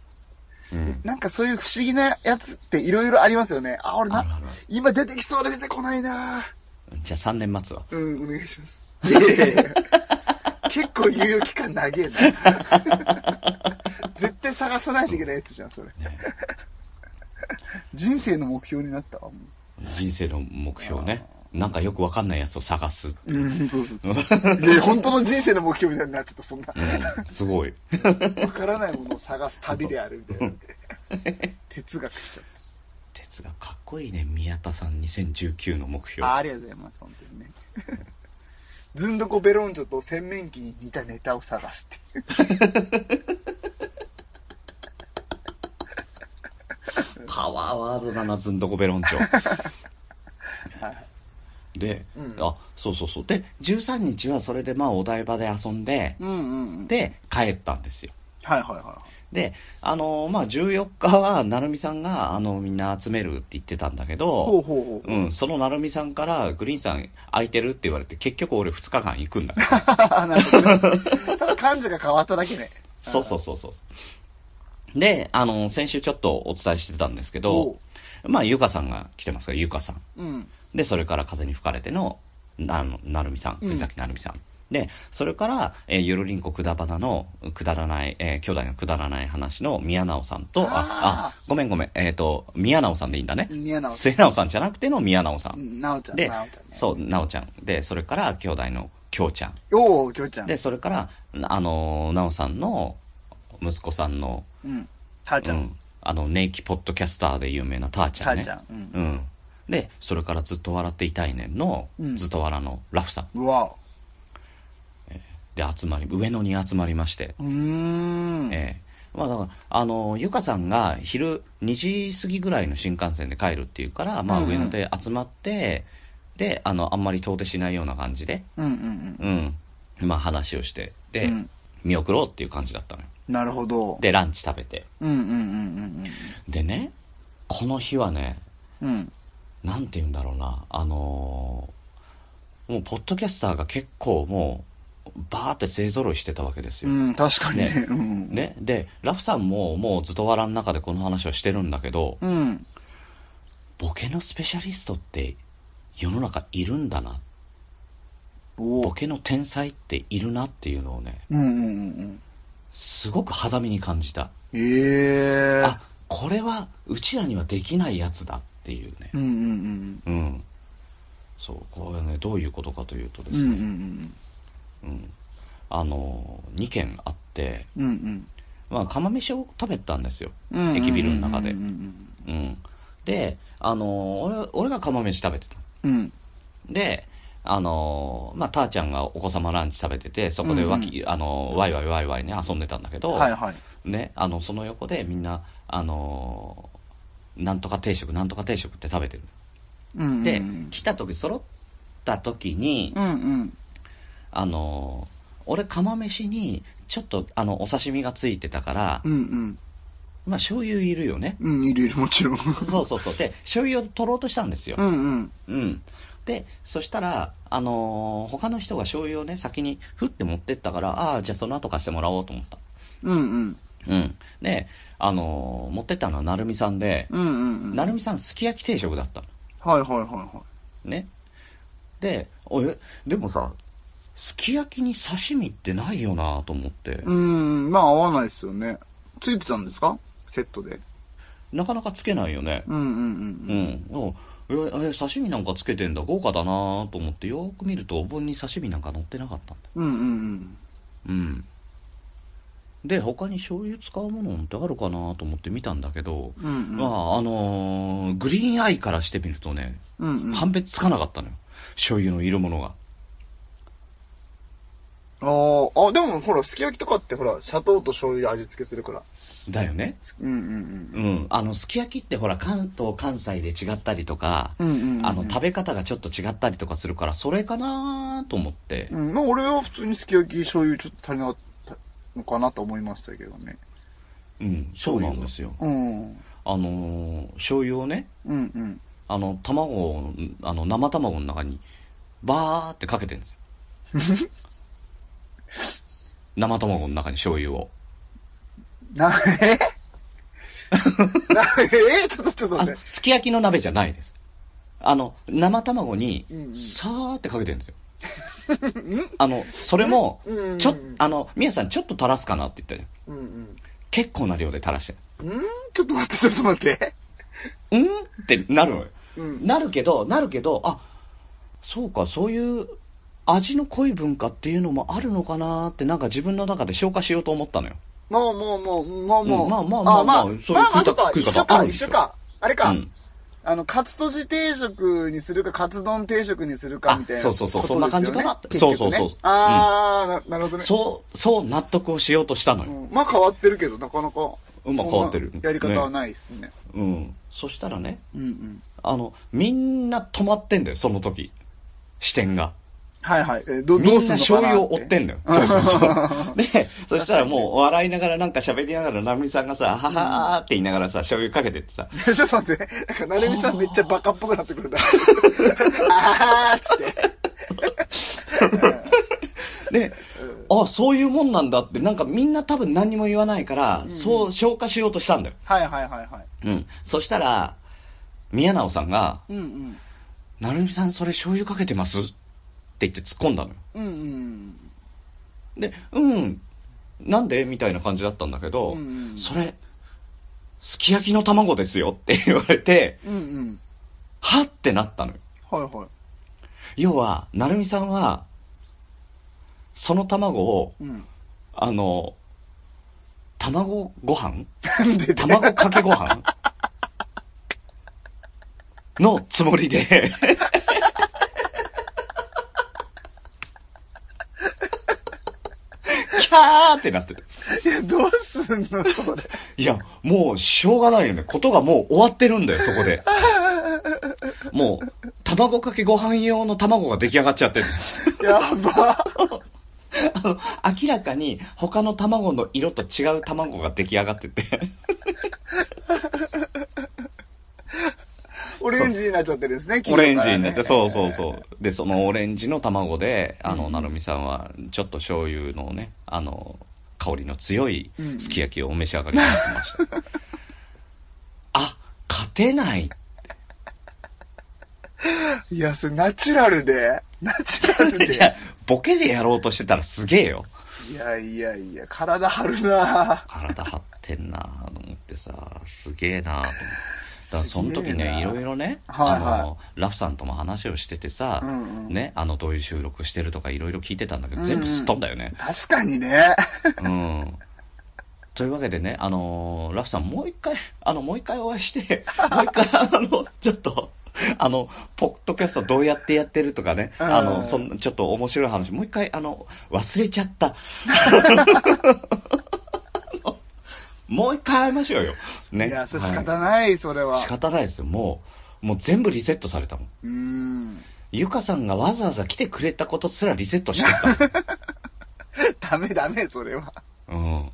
[SPEAKER 2] うん。
[SPEAKER 1] なんかそういう不思議なやつっていろいろありますよね。あ、俺
[SPEAKER 2] あるあ
[SPEAKER 1] な
[SPEAKER 2] るある、
[SPEAKER 1] 今出てきそうで出てこないな
[SPEAKER 2] じゃあ3年待つわ。
[SPEAKER 1] うん、お願いします。
[SPEAKER 2] <laughs>
[SPEAKER 1] いやいやいや結構猶予期間長えな。絶対探さないといけないやつじゃん、それ。
[SPEAKER 2] ね
[SPEAKER 1] 人生の目標になったわ、も
[SPEAKER 2] 人生の目標ね。なんかよくわかんないやつを探す。
[SPEAKER 1] う。うん、そうそうそう。いや、本当の人生の目標みたいになっちゃった、そんな。
[SPEAKER 2] うん、すごい。 <laughs>
[SPEAKER 1] わからないものを探す旅であるみたいな。哲学しちゃっ
[SPEAKER 2] 哲がかっこいいね。宮田さん2019の目標
[SPEAKER 1] た。あ。ありがとうございます、本当にね。ずんどこベロンジョと洗面器に似たネタを探すっていう。
[SPEAKER 2] パワーワードだな、ずんどこベロンチョ。
[SPEAKER 1] <laughs>
[SPEAKER 2] そうそうそう。で、13日はそれでまあお台場で遊んで、
[SPEAKER 1] うんうんうん。
[SPEAKER 2] で、帰ったんですよ。
[SPEAKER 1] はいはいは
[SPEAKER 2] で、あのーまあ、14日は、なるみさんが、あのみんな集めるって言ってたんだけ
[SPEAKER 1] い。ほ
[SPEAKER 2] ど、
[SPEAKER 1] うほうほう。
[SPEAKER 2] うん、そのなるみさんから、グリーンさん空いてるって言われて、結局俺2日間行くんだ。
[SPEAKER 1] <laughs> なるほどね。ただ感じが変わっただけね。
[SPEAKER 2] そうそうそうそう。で、あのー先週ちょっとお伝えしてたんですけ
[SPEAKER 1] お
[SPEAKER 2] ど、まあ、ゆかさんが来てますから、ゆかさん。
[SPEAKER 1] う。うん。
[SPEAKER 2] で、それから風に吹かれての、なのなるみさん、
[SPEAKER 1] うん
[SPEAKER 2] 藤崎なるみさん。で、それから、えーゆるりんこくだばなの、くだらない、えー兄弟のくだらない話の宮直さんと、あ、
[SPEAKER 1] あ
[SPEAKER 2] あごめんごめん、えっ、と、宮直さんでいいんだね。
[SPEAKER 1] 宮直ち
[SPEAKER 2] 末直さんじゃなくての宮直さ。
[SPEAKER 1] ゃん。うんん直ちゃん。
[SPEAKER 2] で、
[SPEAKER 1] 直ちゃんね。
[SPEAKER 2] そう、直ちゃん。で、それから、兄弟の京ちゃん。
[SPEAKER 1] おお、きょうちゃん。
[SPEAKER 2] で、それから、あのー、直さんの、息子さんの、
[SPEAKER 1] うん。たーち
[SPEAKER 2] う
[SPEAKER 1] ゃん。
[SPEAKER 2] ん、あの、ネイキポッドキャスターで有名なたーち
[SPEAKER 1] た
[SPEAKER 2] ゃんね。
[SPEAKER 1] ーちゃん。うん。
[SPEAKER 2] うん。で、それからずっと笑っていたいねんの、
[SPEAKER 1] うん
[SPEAKER 2] ずっと笑のラフさん。
[SPEAKER 1] うわ
[SPEAKER 2] で、集まり、上野に集まりまして。
[SPEAKER 1] うーん。
[SPEAKER 2] ええまあだから、あの、ゆかさんが昼2時過ぎぐらいの新幹線で帰るっていうから、まあ
[SPEAKER 1] うんうん
[SPEAKER 2] 上野で集まって、で、あの、あんまり遠出しないような感じで、
[SPEAKER 1] うんうんうん。
[SPEAKER 2] うん。まあ話をして、で、
[SPEAKER 1] うん
[SPEAKER 2] 見送ろうっていう感じだったのよ。
[SPEAKER 1] なるほど。
[SPEAKER 2] で、ランチ食べて。
[SPEAKER 1] うんうんうん
[SPEAKER 2] でね、この日はね、
[SPEAKER 1] うんうん。うん。
[SPEAKER 2] なんて言うんだろうな、あのーもう、ポッドキャスターが結構もう、バーって勢ぞろいしてたわけですよ。
[SPEAKER 1] うん、確かにね。
[SPEAKER 2] ね
[SPEAKER 1] うん。
[SPEAKER 2] ね。で、ラフさんも、もうずっと笑の中でこの話をしてるんだけど、
[SPEAKER 1] うん。
[SPEAKER 2] ボケのスペシャリストって世の中いるんだな。
[SPEAKER 1] お
[SPEAKER 2] ボ
[SPEAKER 1] お。
[SPEAKER 2] ケの天才っているなっていうのをね、
[SPEAKER 1] うんうんうんうん。
[SPEAKER 2] すごく肌身に感じた。
[SPEAKER 1] ええー
[SPEAKER 2] あ。、これはうちらにはできないやつだっていうね
[SPEAKER 1] う。んうん
[SPEAKER 2] うん。そう、これはね、どういうことかというとで
[SPEAKER 1] うんうん。う
[SPEAKER 2] す
[SPEAKER 1] ん
[SPEAKER 2] ね、
[SPEAKER 1] うん
[SPEAKER 2] うん、あの2軒あって、
[SPEAKER 1] うん。うん
[SPEAKER 2] まあ、釜飯を食べたんですよ、
[SPEAKER 1] うん。うん。
[SPEAKER 2] 駅ビルの中で
[SPEAKER 1] うん
[SPEAKER 2] うん、で、あの俺俺が釜飯食べてた
[SPEAKER 1] うんうん。
[SPEAKER 2] であのまあたーちゃんがお子様ランチ食べててそこでわき、あのワイワイワイワイね遊んでたんだけ
[SPEAKER 1] う
[SPEAKER 2] ど、
[SPEAKER 1] ん。はいはい。
[SPEAKER 2] ね、あのその横でみんなあのなんとか定食なんとか定食って食べてる
[SPEAKER 1] うんうんうん。
[SPEAKER 2] で、
[SPEAKER 1] うん
[SPEAKER 2] 来た時揃った時に、
[SPEAKER 1] うん。
[SPEAKER 2] あの俺釜飯にちょっとあのお刺身がついてたから、
[SPEAKER 1] うんうん。
[SPEAKER 2] まあ醤油いるよね
[SPEAKER 1] うん、いるいる、もちろん。
[SPEAKER 2] そうそうそうで醤油を取ろうとしたんですよ
[SPEAKER 1] うんうん。
[SPEAKER 2] うん、でそしたらあのー他の人が醤油をね先にふって持ってったからああじゃあその後貸してもらおうと思った
[SPEAKER 1] うんうん。
[SPEAKER 2] うんであのー持ってったのは成美さんで、
[SPEAKER 1] うんうんうん。
[SPEAKER 2] 成美さんすき焼き定食だったの
[SPEAKER 1] はいはいはいは
[SPEAKER 2] ねでおえでもさすき焼きに刺身ってないよなと思って、
[SPEAKER 1] い。うん、まあ合わないですよね。ついてたんですかセットで。
[SPEAKER 2] なかなかつけないよね
[SPEAKER 1] うんうんう
[SPEAKER 2] うんん、でもええ刺身なんかつけてんだ豪華だなと思ってよーく見るとお盆に刺身なんか乗ってなかったんだ
[SPEAKER 1] うん。うんうん
[SPEAKER 2] うんで他に醤油使うものってあるかなと思って見たんだけど、
[SPEAKER 1] うん。うん
[SPEAKER 2] まああのーグリーンアイからしてみるとね
[SPEAKER 1] うん。うんうん。あ
[SPEAKER 2] 判別つかなかったのよ醤油の色物が
[SPEAKER 1] ーあ、でもほら、すき焼きとかってほら、砂糖と醤油で味付けするから。
[SPEAKER 2] だよね
[SPEAKER 1] うんうん
[SPEAKER 2] うんあのすき焼きってほら関東関西で違ったりとか、
[SPEAKER 1] うん。うんうんうん。
[SPEAKER 2] あの食べ方がちょっと違ったりとかするからそれかなと思って、
[SPEAKER 1] うん、まあ俺は普通にすき焼き醤油ちょっと足りなかったのかなと思いましたけどね。
[SPEAKER 2] うん、そうなんですよ
[SPEAKER 1] うん。うん
[SPEAKER 2] あのー醤油をね
[SPEAKER 1] うん。
[SPEAKER 2] あの卵をあの生卵の中にバーってかけてるん
[SPEAKER 1] <laughs>
[SPEAKER 2] ですよ生卵の中に醤油を
[SPEAKER 1] な、えな、えちょっとちょっと
[SPEAKER 2] あ
[SPEAKER 1] 待
[SPEAKER 2] の
[SPEAKER 1] って。
[SPEAKER 2] すき焼きの鍋じゃないですあの生卵に
[SPEAKER 1] うんうん
[SPEAKER 2] さーってかけてるん
[SPEAKER 1] <laughs>
[SPEAKER 2] ですよあのそれも
[SPEAKER 1] うんうんうん
[SPEAKER 2] ちょあの宮さんちょっと垂らすかなって言ったじゃん
[SPEAKER 1] うんうん。
[SPEAKER 2] 結構な量で垂らして
[SPEAKER 1] うんちょっと待って、ちょっと待って。
[SPEAKER 2] うんってなるのよ
[SPEAKER 1] うん。
[SPEAKER 2] なるけど、なるけど、あ、そうか、そういう味の濃い文化っていうのもあるのかなーって、なんか自分の中で消化しようと思ったのよ。
[SPEAKER 1] もうもうもう、もうもう。
[SPEAKER 2] うんまあまあまあまあ
[SPEAKER 1] まあ
[SPEAKER 2] そういう
[SPEAKER 1] まあま
[SPEAKER 2] 食
[SPEAKER 1] あ
[SPEAKER 2] い方
[SPEAKER 1] そっか、
[SPEAKER 2] 食い方
[SPEAKER 1] 一緒
[SPEAKER 2] あ
[SPEAKER 1] か、
[SPEAKER 2] るんで
[SPEAKER 1] 一
[SPEAKER 2] すよ
[SPEAKER 1] 緒か。あれ
[SPEAKER 2] う
[SPEAKER 1] か。
[SPEAKER 2] ん。
[SPEAKER 1] あの、カツとじ定食にするか、カツ丼定食にするか、
[SPEAKER 2] あ
[SPEAKER 1] みたいな、
[SPEAKER 2] そうそうそう
[SPEAKER 1] こと
[SPEAKER 2] そんな感じ
[SPEAKER 1] ですよね
[SPEAKER 2] かなって
[SPEAKER 1] 結局ね
[SPEAKER 2] そうそうそう
[SPEAKER 1] あー、ななるほどね。
[SPEAKER 2] そう、そう納得をしようとしたの
[SPEAKER 1] う
[SPEAKER 2] よ。
[SPEAKER 1] んまあ変わってるけど、なかなか。
[SPEAKER 2] うんまあ変わってる
[SPEAKER 1] そんなやり方はないですね。
[SPEAKER 2] うん。そしたらね、
[SPEAKER 1] うんうん。
[SPEAKER 2] あの、みんな止まってんだよ、その時。視点が。
[SPEAKER 1] はいはい。えど
[SPEAKER 2] み
[SPEAKER 1] どうんす
[SPEAKER 2] な
[SPEAKER 1] の
[SPEAKER 2] 醤
[SPEAKER 1] かな
[SPEAKER 2] 油
[SPEAKER 1] っ
[SPEAKER 2] を
[SPEAKER 1] て
[SPEAKER 2] 追ってんのよ。そうそうそうで、そしたらもう笑いながらなんか喋りながら、なるみさんがさ、ははーって言いながらさ、醤油かけてってさ、
[SPEAKER 1] <laughs> ちょっと待って、なんか、なるみさんめっちゃバカっぽくなってくるんだ。 <laughs> あーっつって。
[SPEAKER 2] で、あ、そういうもんなんだって、なんかみんな多分何にも言わないから、そう消化しようとしたんだよ。
[SPEAKER 1] はいはいはいはい。
[SPEAKER 2] うん。そしたら、宮直さんが、
[SPEAKER 1] うんうん。
[SPEAKER 2] なるみさんそれ醤油かけてますって言って突っ込んだのよ。
[SPEAKER 1] うんうん。
[SPEAKER 2] で、うん、なんでみたいな感じだったんだけど、
[SPEAKER 1] うんうん
[SPEAKER 2] それ、すき焼きの卵ですよって言われて、
[SPEAKER 1] うんうん。
[SPEAKER 2] はってなったのよ。
[SPEAKER 1] はいはい。
[SPEAKER 2] 要は、なるみさんは、その卵を、 <laughs>
[SPEAKER 1] うん。
[SPEAKER 2] あの、卵ご飯
[SPEAKER 1] なんでだよ
[SPEAKER 2] 卵かけご飯のつもりで、キャーってなってた。
[SPEAKER 1] いや、どうすんのこれ。
[SPEAKER 2] いや、もう、しょうがないよね。ことがもう終わってるんだよ、そこで。もう、卵かけご飯用の卵が出来上がっちゃってる。
[SPEAKER 1] <laughs> やば。
[SPEAKER 2] あの、明らかに他の卵の色と違う卵が出来上がってて。
[SPEAKER 1] オレンジになっちゃってるんですね、
[SPEAKER 2] オ
[SPEAKER 1] 黄色から
[SPEAKER 2] レン
[SPEAKER 1] ね
[SPEAKER 2] ジになって、そうそうそう。で、そのオレンジの卵で、あの、なるみさんは、ちょっと醤油のね、あの、香りの強い
[SPEAKER 1] うん
[SPEAKER 2] すき焼きをお召し上がりになってま
[SPEAKER 1] <laughs>
[SPEAKER 2] した。あ、勝てない。
[SPEAKER 1] いや、それナチュラルで。ナチュラル
[SPEAKER 2] いや
[SPEAKER 1] で。、
[SPEAKER 2] ボケでやろうとしてたらすげえよ。
[SPEAKER 1] いやいやいや、体張るな
[SPEAKER 2] 体張ってんなと思ってさ、すげえなと思って。だからその時
[SPEAKER 1] すげえ
[SPEAKER 2] ね、
[SPEAKER 1] ない
[SPEAKER 2] ろいろね、
[SPEAKER 1] はいはい
[SPEAKER 2] あの、ラフさんとも話をしててさ、
[SPEAKER 1] うんうん
[SPEAKER 2] ね、あの、どういう収録してるとかいろいろ聞いてたんだけど、
[SPEAKER 1] うんうん
[SPEAKER 2] 全部すっ飛んだよね。
[SPEAKER 1] 確かにね。
[SPEAKER 2] うん。というわけでね、あのーラフさんもう一回、 <laughs> あの、もう一回お会いして、 <laughs> もう一回、あの、ちょっと、あの、ポッドキャストどうやってやってるとかね、
[SPEAKER 1] うん
[SPEAKER 2] あの、そんな、ちょっと面白い話、もう一回、あの、忘れちゃった。 <laughs> もう一回会いましょうよ。ね。
[SPEAKER 1] いや、それ仕
[SPEAKER 2] は
[SPEAKER 1] 方ない、それ
[SPEAKER 2] い
[SPEAKER 1] は
[SPEAKER 2] 仕。方ないですよ。もう、もう全部リセットされたもん。
[SPEAKER 1] うーん。 <laughs>
[SPEAKER 2] ゆかさんがわざわざ来てくれたことすらリセットしてた
[SPEAKER 1] ダメダメ、それは。
[SPEAKER 2] も
[SPEAKER 1] <laughs>
[SPEAKER 2] ん。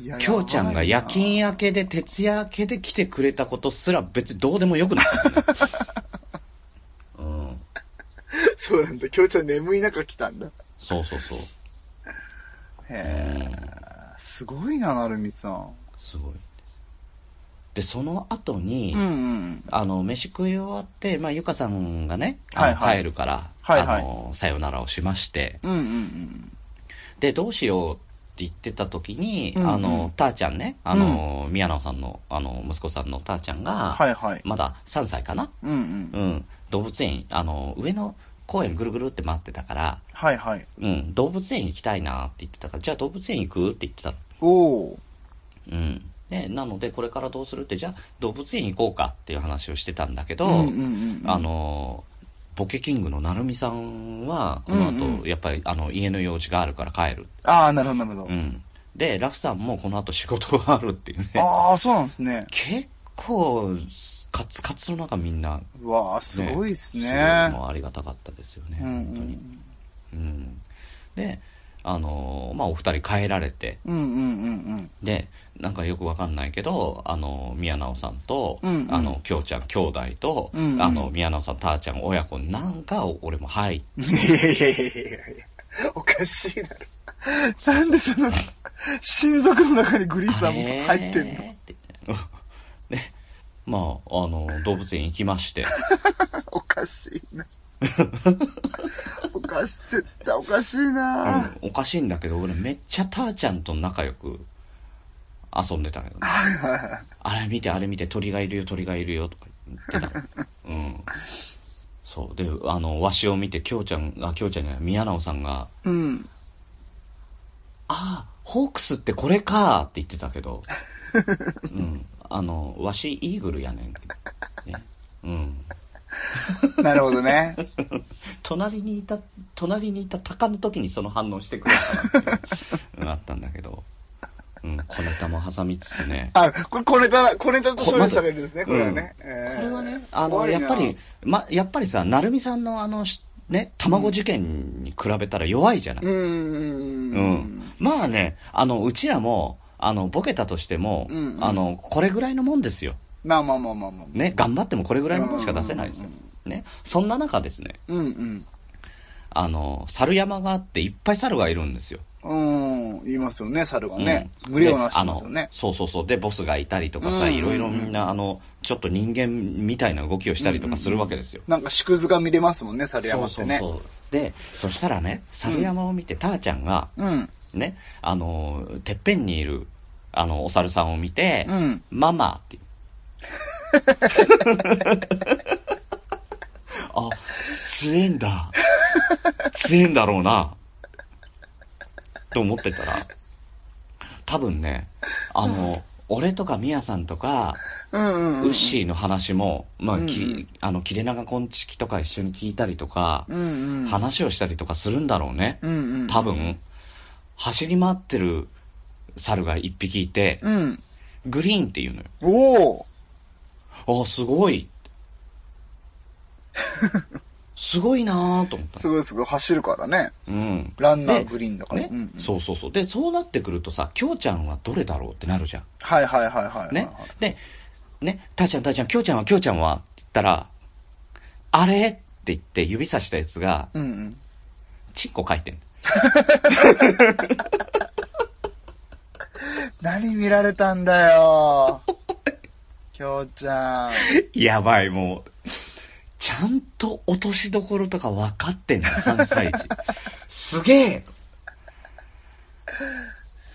[SPEAKER 2] うん。
[SPEAKER 1] いや
[SPEAKER 2] きょうちゃんが夜勤。明けで徹夜明けで来てくれたことすら別にどうでもよ
[SPEAKER 1] <laughs>
[SPEAKER 2] くなったんだようん。
[SPEAKER 1] やばいなそうなんだ、きょうちゃん眠い中来たんだ。
[SPEAKER 2] そうそうそう。
[SPEAKER 1] へえ。すごいな、なるみさん。
[SPEAKER 2] すごい。で、その後に、
[SPEAKER 1] うんうん。
[SPEAKER 2] あの、飯食い終わって、まあ、ゆかさんがね、
[SPEAKER 1] は
[SPEAKER 2] あ
[SPEAKER 1] い
[SPEAKER 2] の
[SPEAKER 1] はい
[SPEAKER 2] 帰るから、
[SPEAKER 1] はいはい
[SPEAKER 2] あの、さよならをしまして、
[SPEAKER 1] うんうんうん。
[SPEAKER 2] で、どうしようって言ってた時に、
[SPEAKER 1] うんうん
[SPEAKER 2] あの、たーちゃんね、あの、宮野さんの、あの、息子さんのたーちゃんが、
[SPEAKER 1] はいはい。
[SPEAKER 2] まだ3歳かな
[SPEAKER 1] うんうん。
[SPEAKER 2] うん、動物園、あの、上の公園ぐるぐるって回ってたから、
[SPEAKER 1] はいはい。
[SPEAKER 2] うん、動物園行きたいなって言ってたから、じゃあ動物園行くって言ってたの。
[SPEAKER 1] おー。
[SPEAKER 2] うん。で、なのでこれからどうするって、じゃあ動物園行こうかっていう話をしてたんだけど、
[SPEAKER 1] うんうんうん。
[SPEAKER 2] あ、の、ボケキングのなるみさんは、この後、
[SPEAKER 1] うんう
[SPEAKER 2] やっぱりあの家の用事があるから帰る。
[SPEAKER 1] ああ、なるほどなるほ
[SPEAKER 2] う
[SPEAKER 1] ど。
[SPEAKER 2] ん。で、ラフさんもこの後仕事があるっていうね。
[SPEAKER 1] ああ、そうなんですね。
[SPEAKER 2] 結構、カツカツの中みんな、
[SPEAKER 1] うわあ、すごいっす
[SPEAKER 2] そう
[SPEAKER 1] ね
[SPEAKER 2] いう。のはありがたかったですよね、
[SPEAKER 1] うん
[SPEAKER 2] 本当に。うん、であのーまあお二人帰られて
[SPEAKER 1] うんうんうん
[SPEAKER 2] でなんかよくわかんないけどあのー宮直さんと、
[SPEAKER 1] うんうん
[SPEAKER 2] あの京ちゃん兄弟と、
[SPEAKER 1] うんうん
[SPEAKER 2] あの宮直さんたーちゃん親子になんか俺も入っ
[SPEAKER 1] うん。いやいやいやいやいやおかしいだろ。なんでその、親族の中にグリーンさんも入ってんの
[SPEAKER 2] あれーって言って <laughs> でまああのー動物園行きまして
[SPEAKER 1] おかしいな。おかしい、絶対おかしいな。
[SPEAKER 2] うんおかしいんだけど俺めっちゃたーちゃんと仲良く遊んでたけど、ね、あれ見てあれ見て鳥がいるよ鳥がいるよとか言ってたうんそうであのわしを見て京ちゃんが京ちゃんじゃない宮直さんが
[SPEAKER 1] うん。
[SPEAKER 2] 「ああホークスってこれか」って言ってたけ <laughs> ど、うん、あのわしイーグルやねん、ねうん、
[SPEAKER 1] なるほどね。
[SPEAKER 2] 隣にいた隣にいた鷹の時にその反応してくれたなっていううんあったんだけど、うん、小ネタも挟みつつね
[SPEAKER 1] あ、これ、小ネタな、小ネタと処理されるんですね、これはね。
[SPEAKER 2] これはね、
[SPEAKER 1] えー
[SPEAKER 2] あの、
[SPEAKER 1] 怖い
[SPEAKER 2] や
[SPEAKER 1] な
[SPEAKER 2] っぱり、ま、やっぱりさ、なるみさんのあの、しね、卵事件に比べたら弱いじゃない。
[SPEAKER 1] う
[SPEAKER 2] うん。
[SPEAKER 1] ん。
[SPEAKER 2] まあね、あの、うちらも、あの、ボケたとしても、
[SPEAKER 1] うんうん
[SPEAKER 2] あの、これぐらいのもんですよ。
[SPEAKER 1] まあまあまあまあまあ。
[SPEAKER 2] ね、頑張ってもこれぐらいのもんしか出せないですよ
[SPEAKER 1] うんう。
[SPEAKER 2] ね、そんな中ですね、
[SPEAKER 1] うん
[SPEAKER 2] あの、猿山があっていっぱい猿がいるんですよ。
[SPEAKER 1] うん。うん。言いますよね、猿がね。
[SPEAKER 2] うん
[SPEAKER 1] 群れをなしてますよ
[SPEAKER 2] であ
[SPEAKER 1] ね
[SPEAKER 2] の。そうそうそう。で、ボスがいたりとか
[SPEAKER 1] う
[SPEAKER 2] さ、
[SPEAKER 1] んうんうん
[SPEAKER 2] いろいろみんな、あの、ちょっと人間みたいな動きをしたりとかするわけですよ。
[SPEAKER 1] なんか縮図が見れますもんね、猿
[SPEAKER 2] そ
[SPEAKER 1] 山
[SPEAKER 2] う
[SPEAKER 1] って
[SPEAKER 2] そう
[SPEAKER 1] ね。
[SPEAKER 2] そう。で、そしたらね、猿山を見て、たーちゃんが、
[SPEAKER 1] うん。
[SPEAKER 2] ね、あの、てっぺんにいる、あの、お猿さんを見て、
[SPEAKER 1] うん
[SPEAKER 2] ママ
[SPEAKER 1] <laughs>
[SPEAKER 2] っていう。あ、強えんだ。強えんだろうな。と思ってたら、多分ね、あの、俺とかミヤさんとか、
[SPEAKER 1] うんうんうん。
[SPEAKER 2] ウッシーの話も、まあ、き
[SPEAKER 1] うんうん
[SPEAKER 2] あの、切れ長こんちきとか一緒に聞いたりとか、
[SPEAKER 1] うんうん。
[SPEAKER 2] 話をしたりとかするんだろうね。
[SPEAKER 1] うんうん。
[SPEAKER 2] 多分、走り回ってる猿が一匹いて、
[SPEAKER 1] うん。
[SPEAKER 2] グリーンって言うのよ。
[SPEAKER 1] おお
[SPEAKER 2] ああ、すごい。すごいなーと思った
[SPEAKER 1] す。ごいすごい走るからね。
[SPEAKER 2] うん。
[SPEAKER 1] ランナー
[SPEAKER 2] で
[SPEAKER 1] グリーンだから
[SPEAKER 2] ね、
[SPEAKER 1] うんうん
[SPEAKER 2] そうそうそう。で、そうなってくるとさ、きょうちゃんはどれだろうってなるじゃん。
[SPEAKER 1] はいはいはいはいはい。
[SPEAKER 2] ね。で、ね、たーちゃんたーちゃん、きょうちゃんはきょうちゃんはって言ったら、あれって言って指さしたやつが、
[SPEAKER 1] うんうん。
[SPEAKER 2] チンコ書いてんの
[SPEAKER 1] 何見られたんだ
[SPEAKER 2] <laughs>
[SPEAKER 1] よ。きょうちゃん。
[SPEAKER 2] やばい、もう。ちゃんと落としどころとか分かってんだ、3歳
[SPEAKER 1] <laughs>
[SPEAKER 2] 児。すげえ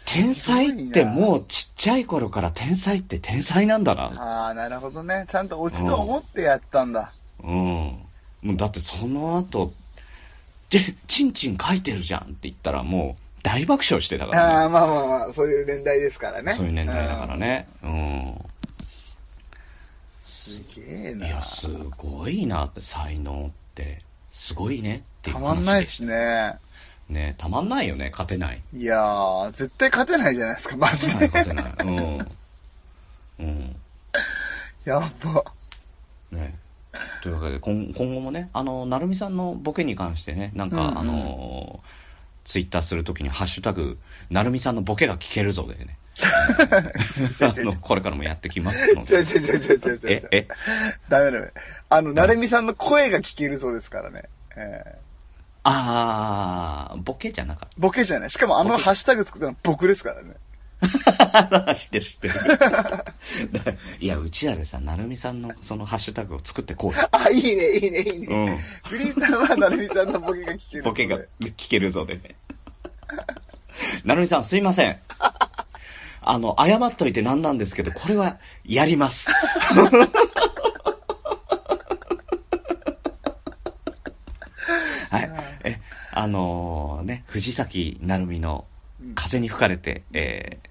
[SPEAKER 2] 天才ってもうちっちゃい頃から天才って天才なんだな。
[SPEAKER 1] ああ、なるほどね。ちゃんと落ちと思ってやったんだ。
[SPEAKER 2] うん。もうだってその後、で、ちんちん書いてるじゃんって言ったらもう大爆笑してたからね。
[SPEAKER 1] ああ、まあまあまあ、そういう年代ですからね。
[SPEAKER 2] そういう年代だから
[SPEAKER 1] うん。
[SPEAKER 2] ね。うん。
[SPEAKER 1] すげえ
[SPEAKER 2] いや、
[SPEAKER 1] な。
[SPEAKER 2] すごいなって、才能って。すごいねっていう
[SPEAKER 1] た
[SPEAKER 2] 話
[SPEAKER 1] まんない
[SPEAKER 2] で
[SPEAKER 1] で
[SPEAKER 2] した
[SPEAKER 1] すね。
[SPEAKER 2] ねたまんないよね、勝てない。
[SPEAKER 1] いやー、絶対勝てないじゃないですか、マジで。
[SPEAKER 2] 勝てない、勝てない。うん。うん。
[SPEAKER 1] やっ
[SPEAKER 2] <laughs>
[SPEAKER 1] ぱ。
[SPEAKER 2] ねというわけで、今今後もね、あの、なるみさんのボケに関してね、なんか、
[SPEAKER 1] うんうん
[SPEAKER 2] あの、ツイッターするときに、ハッシュタグ、なるみさんのボケが聞けるぞでね。あの、これからもやってきますの
[SPEAKER 1] ちょ
[SPEAKER 2] で
[SPEAKER 1] い。ちょいちょいちょいちょいちょい
[SPEAKER 2] え、。え、
[SPEAKER 1] ダメダメ。あの、なるみさんの声が聞けるそうですからね。え
[SPEAKER 2] あー、ボケじゃなかっ
[SPEAKER 1] ーボケじゃない。しかもあのハッシュタグ作ったの僕ですからね。
[SPEAKER 2] た。 <laughs> 知ってる知
[SPEAKER 1] <laughs>
[SPEAKER 2] ってる。いや、うちらでさ、なるみさんのそのハッシュタグを作ってこうよ
[SPEAKER 1] あ、いいね、いいね、いいね。
[SPEAKER 2] うん。
[SPEAKER 1] グリーンさんはなるみさんのボケが聞ける。
[SPEAKER 2] ボケが聞けるぞでね。 <laughs> なるみさん、すいません。 <laughs> あの、謝っといてなんなんですけど、これはやります。 <laughs> はい。え、あのね、藤崎なるみの風に吹かれて、えー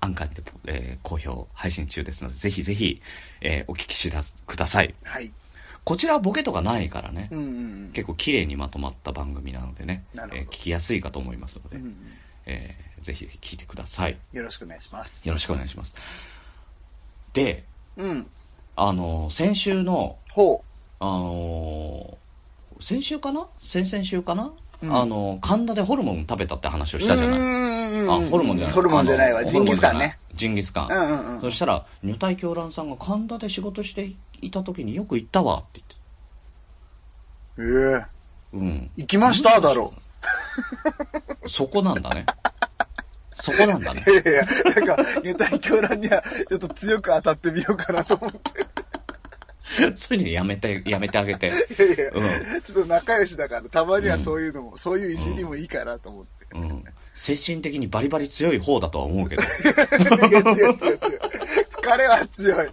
[SPEAKER 2] アンカーで、えー好評配信中ですので、ぜひぜひ、えーお聞きしだください。
[SPEAKER 1] はい。
[SPEAKER 2] こちらはボケとかないからね。
[SPEAKER 1] うんうん
[SPEAKER 2] 結構綺麗にまとまった番組なのでね、え
[SPEAKER 1] なるほど
[SPEAKER 2] ー聞きやすいかと思いますの
[SPEAKER 1] う
[SPEAKER 2] で、
[SPEAKER 1] ん。うん
[SPEAKER 2] えーぜひぜひ聞いてください。
[SPEAKER 1] よろしくお願いします。
[SPEAKER 2] よろしくお願いします。で、
[SPEAKER 1] うん。
[SPEAKER 2] あのー先週の、
[SPEAKER 1] ほ
[SPEAKER 2] あのー先週かな先々週かな、
[SPEAKER 1] うん
[SPEAKER 2] あのー神田でホルモン食べたって話を
[SPEAKER 1] う。
[SPEAKER 2] したじゃ
[SPEAKER 1] う
[SPEAKER 2] ない。
[SPEAKER 1] んうんうん
[SPEAKER 2] あ、ホルモンじゃない。
[SPEAKER 1] ホルモンじゃないわ。
[SPEAKER 2] あの
[SPEAKER 1] ジンギスカンね。。
[SPEAKER 2] ジンギスカン。
[SPEAKER 1] うんうんうん
[SPEAKER 2] そしたら、女体狂乱さんが神田で仕事していた時によく行ったわって言って。
[SPEAKER 1] ええ
[SPEAKER 2] うん。
[SPEAKER 1] 行きましただろ
[SPEAKER 2] そこなんだね。そこなんだね。
[SPEAKER 1] う。いやいや、なんか、ユタイ教団には、ちょっと強く当たってみようかなと思って。
[SPEAKER 2] <laughs> そういうのやめて、やめてあげて。
[SPEAKER 1] いやいや
[SPEAKER 2] う
[SPEAKER 1] ちょっと仲良しだから、たまにはそういうのも、そういういじりもいいかなと思って。 <laughs>
[SPEAKER 2] ん。うん。精神的にバリバリ強い方だとは思うけど。
[SPEAKER 1] いや強い強い強い。疲れは強い。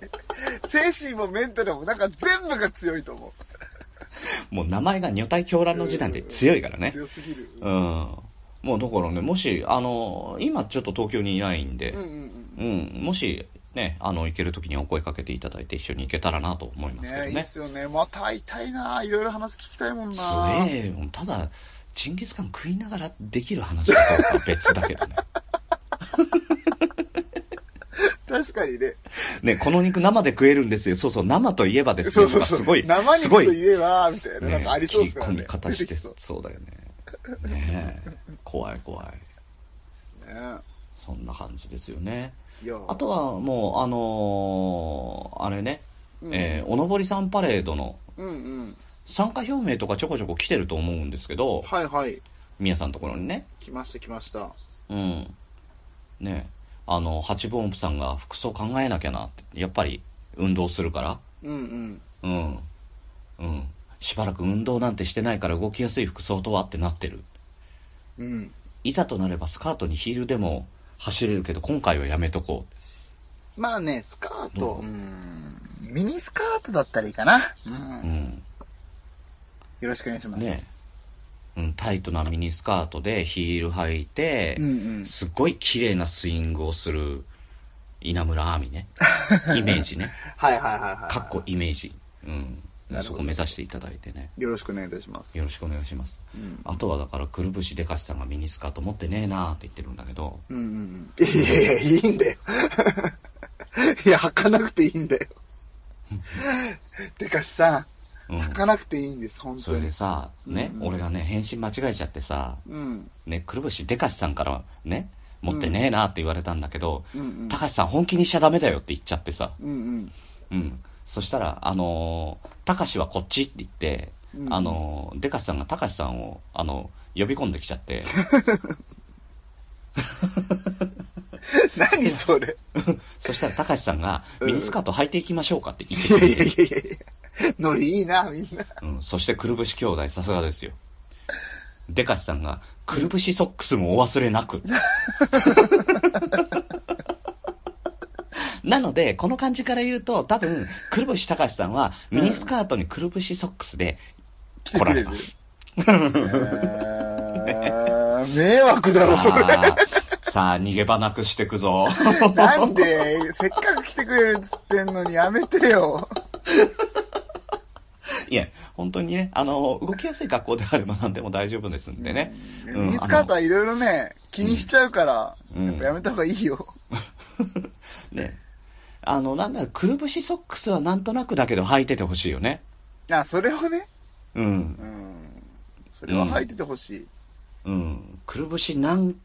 [SPEAKER 1] 精神もメンタルも、なんか全部が強いと思
[SPEAKER 2] もう名前が女体狂乱の時代で強いから
[SPEAKER 1] う。
[SPEAKER 2] ね。
[SPEAKER 1] 強すぎる。
[SPEAKER 2] うん。もうだからね、もし、あの、今ちょっと東京にいないんで
[SPEAKER 1] うん、うん
[SPEAKER 2] うん、もし、ね、あの、行ける時にお声かけていただいて一緒に行けたらなと思い
[SPEAKER 1] うん。
[SPEAKER 2] ますけど
[SPEAKER 1] ねいいっ
[SPEAKER 2] ね。
[SPEAKER 1] すよね。また会いたいな。いろいろ話聞きたいもんな。
[SPEAKER 2] 強えよ。ただ、ジンギスカン食いながらできる話とかは別だけどね。
[SPEAKER 1] 確かにね。
[SPEAKER 2] ね、この肉生で食えるんですよ。そうそう、生といえばです
[SPEAKER 1] そ
[SPEAKER 2] ね。
[SPEAKER 1] うそう
[SPEAKER 2] とか
[SPEAKER 1] そう。
[SPEAKER 2] すごい、
[SPEAKER 1] 生
[SPEAKER 2] す
[SPEAKER 1] 肉
[SPEAKER 2] ご
[SPEAKER 1] と
[SPEAKER 2] い、
[SPEAKER 1] いえば、みたいな、なん
[SPEAKER 2] ね
[SPEAKER 1] かありそ
[SPEAKER 2] 切
[SPEAKER 1] うで
[SPEAKER 2] り
[SPEAKER 1] すから
[SPEAKER 2] 込
[SPEAKER 1] ね。
[SPEAKER 2] み方し
[SPEAKER 1] 出 <laughs>
[SPEAKER 2] て
[SPEAKER 1] きそう
[SPEAKER 2] そうだよね。ねえ怖い怖い。
[SPEAKER 1] ね
[SPEAKER 2] そんな感じですよね。
[SPEAKER 1] いや、
[SPEAKER 2] あとはもう、あのーあれね、
[SPEAKER 1] うん
[SPEAKER 2] えーおのぼりさんパレードの
[SPEAKER 1] うんうん。
[SPEAKER 2] 参加表明とかちょこちょこ来てると思うんですけど、
[SPEAKER 1] はいはい。
[SPEAKER 2] みやさんのところにね。
[SPEAKER 1] 来ました来ました。
[SPEAKER 2] うん。ねえあの、八分音符さんが服装考えなきゃなって、やっぱり運動するから。
[SPEAKER 1] うんうん。
[SPEAKER 2] うん。うん。しばらく運動なんてしてないから動きやすい服装とはってなってる。
[SPEAKER 1] うん。
[SPEAKER 2] いざとなればスカートにヒールでも走れるけど、今回はやめとこう。
[SPEAKER 1] まあね、スカート、うん、ミニスカートだったらいいかな。う。
[SPEAKER 2] うんん。
[SPEAKER 1] よろしくお願いします。
[SPEAKER 2] ねうん、タイトなミニスカートでヒール履いて、
[SPEAKER 1] うんうん。
[SPEAKER 2] すっごい綺麗なスイングをする稲村亜美
[SPEAKER 1] <laughs>
[SPEAKER 2] ね。イメージね。
[SPEAKER 1] はいはいはいはい。
[SPEAKER 2] かっこイメージ。うん
[SPEAKER 1] な。るほど
[SPEAKER 2] そこ目指していただいてね。
[SPEAKER 1] よろしくお願いいたします。
[SPEAKER 2] よろしくお願いします。
[SPEAKER 1] うん
[SPEAKER 2] あとはだから、くるぶしでかしさんがミニスカート持ってねえなーって言ってるんだけど、
[SPEAKER 1] うんうんうん。いやいやいや、いいんだよ。 <laughs> いや、履かなくていいんだよ。 <laughs> てかしさ、
[SPEAKER 2] うん
[SPEAKER 1] 履かなくていいんです、本
[SPEAKER 2] そ
[SPEAKER 1] 当
[SPEAKER 2] れで
[SPEAKER 1] に。
[SPEAKER 2] さ、ね、
[SPEAKER 1] うんうん
[SPEAKER 2] 俺がね、返信間違えちゃってさ、
[SPEAKER 1] うん。
[SPEAKER 2] ね、くるぶしでかしさんからね、持ってねえなって言われたんだけど、
[SPEAKER 1] うんうん。
[SPEAKER 2] たかしさん本気にしちゃダメだよって言っちゃってさ、
[SPEAKER 1] うんうん。
[SPEAKER 2] うん。そしたら、あのー、たかしはこっちって言って、
[SPEAKER 1] うん
[SPEAKER 2] あのー、でかしさんがたかしさんを、あの、呼び込んできちゃ
[SPEAKER 1] <laughs>
[SPEAKER 2] って、
[SPEAKER 1] 何それ。
[SPEAKER 2] そしたらたかしさんが、
[SPEAKER 1] うん
[SPEAKER 2] ミニスカート履いていきましょうかって言って
[SPEAKER 1] い
[SPEAKER 2] き
[SPEAKER 1] やい
[SPEAKER 2] て
[SPEAKER 1] やいやいやいや。ノリいいな、みんな。
[SPEAKER 2] うん、そしてくるぶし兄弟、さすがですよ。でかしさんが、くるぶしソックスもお忘れなく。なので、この感じから言うと、多分、くるぶしたかしさんは、ミニスカートにくるぶしソックスで来られます。
[SPEAKER 1] えー迷惑だろ、それ。
[SPEAKER 2] さあ、さあ、逃げ場なくしてくぞ。
[SPEAKER 1] なんで、せっかく来てくれるっつってんのにやめてよ。
[SPEAKER 2] いや、本当にね、あの、動きやすい格好であれば何でも大丈夫ですんでね。うん
[SPEAKER 1] ミニスカートはいろいろね、気にしちゃうから、
[SPEAKER 2] うん
[SPEAKER 1] やっぱやめた方がいいよ。
[SPEAKER 2] ね。あの、なんだろう、くるぶしソックスはなんとなくだけど履いててほしいよね。
[SPEAKER 1] あ、それをね、
[SPEAKER 2] うん
[SPEAKER 1] う。ん。それは履いててほしい。
[SPEAKER 2] うん。くるぶしなん、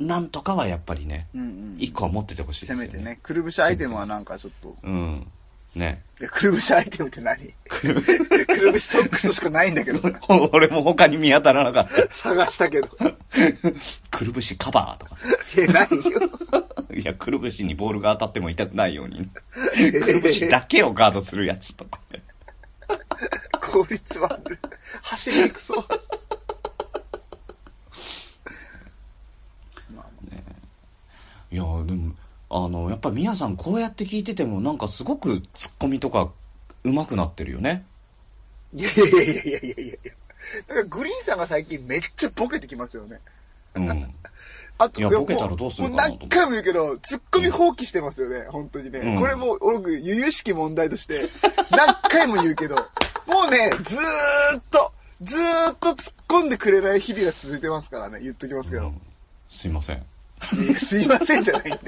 [SPEAKER 2] なんとかはやっぱりね、
[SPEAKER 1] うんうん。
[SPEAKER 2] 一個は持っててほしいです
[SPEAKER 1] せ
[SPEAKER 2] よね。
[SPEAKER 1] めてね、くるぶしアイテムはなんかちょっと、
[SPEAKER 2] うん。ね。 <laughs>
[SPEAKER 1] いや、くるぶしアイテムって何 <laughs> くるぶしソックスしかないんだけど、
[SPEAKER 2] ほ俺も他に見当たらなかっ
[SPEAKER 1] 探したけど。
[SPEAKER 2] た。くるぶしカバーとかさ。
[SPEAKER 1] いや、ないよ。
[SPEAKER 2] いや、くるぶしにボールが当たっても痛くないように。くるぶしだけをガードするやつとか。
[SPEAKER 1] 効率悪い。走りにくそう。まあ
[SPEAKER 2] いや、でも、あの、やっぱみやさんこうやって聞いててもなんかすごくツッコミとか上手くなってるよね。
[SPEAKER 1] いやいやいやいやいやいやなんかグリーンさんが最近めっちゃボケてきますよね。 <laughs>
[SPEAKER 2] うん。
[SPEAKER 1] あと、
[SPEAKER 2] いや
[SPEAKER 1] も
[SPEAKER 2] ボケたらどうするか
[SPEAKER 1] も
[SPEAKER 2] なと
[SPEAKER 1] う何回も言うけど、ツッコミ放棄してますよね、本当にね。
[SPEAKER 2] うん
[SPEAKER 1] これもう、俺、由々しき問題として、何回も言うけど、もうね、ずーっと、ずーっと突っ込んでくれない日々が続いてますからね、言っときますけど。
[SPEAKER 2] すいません。
[SPEAKER 1] いやすいませんじゃないんだよ。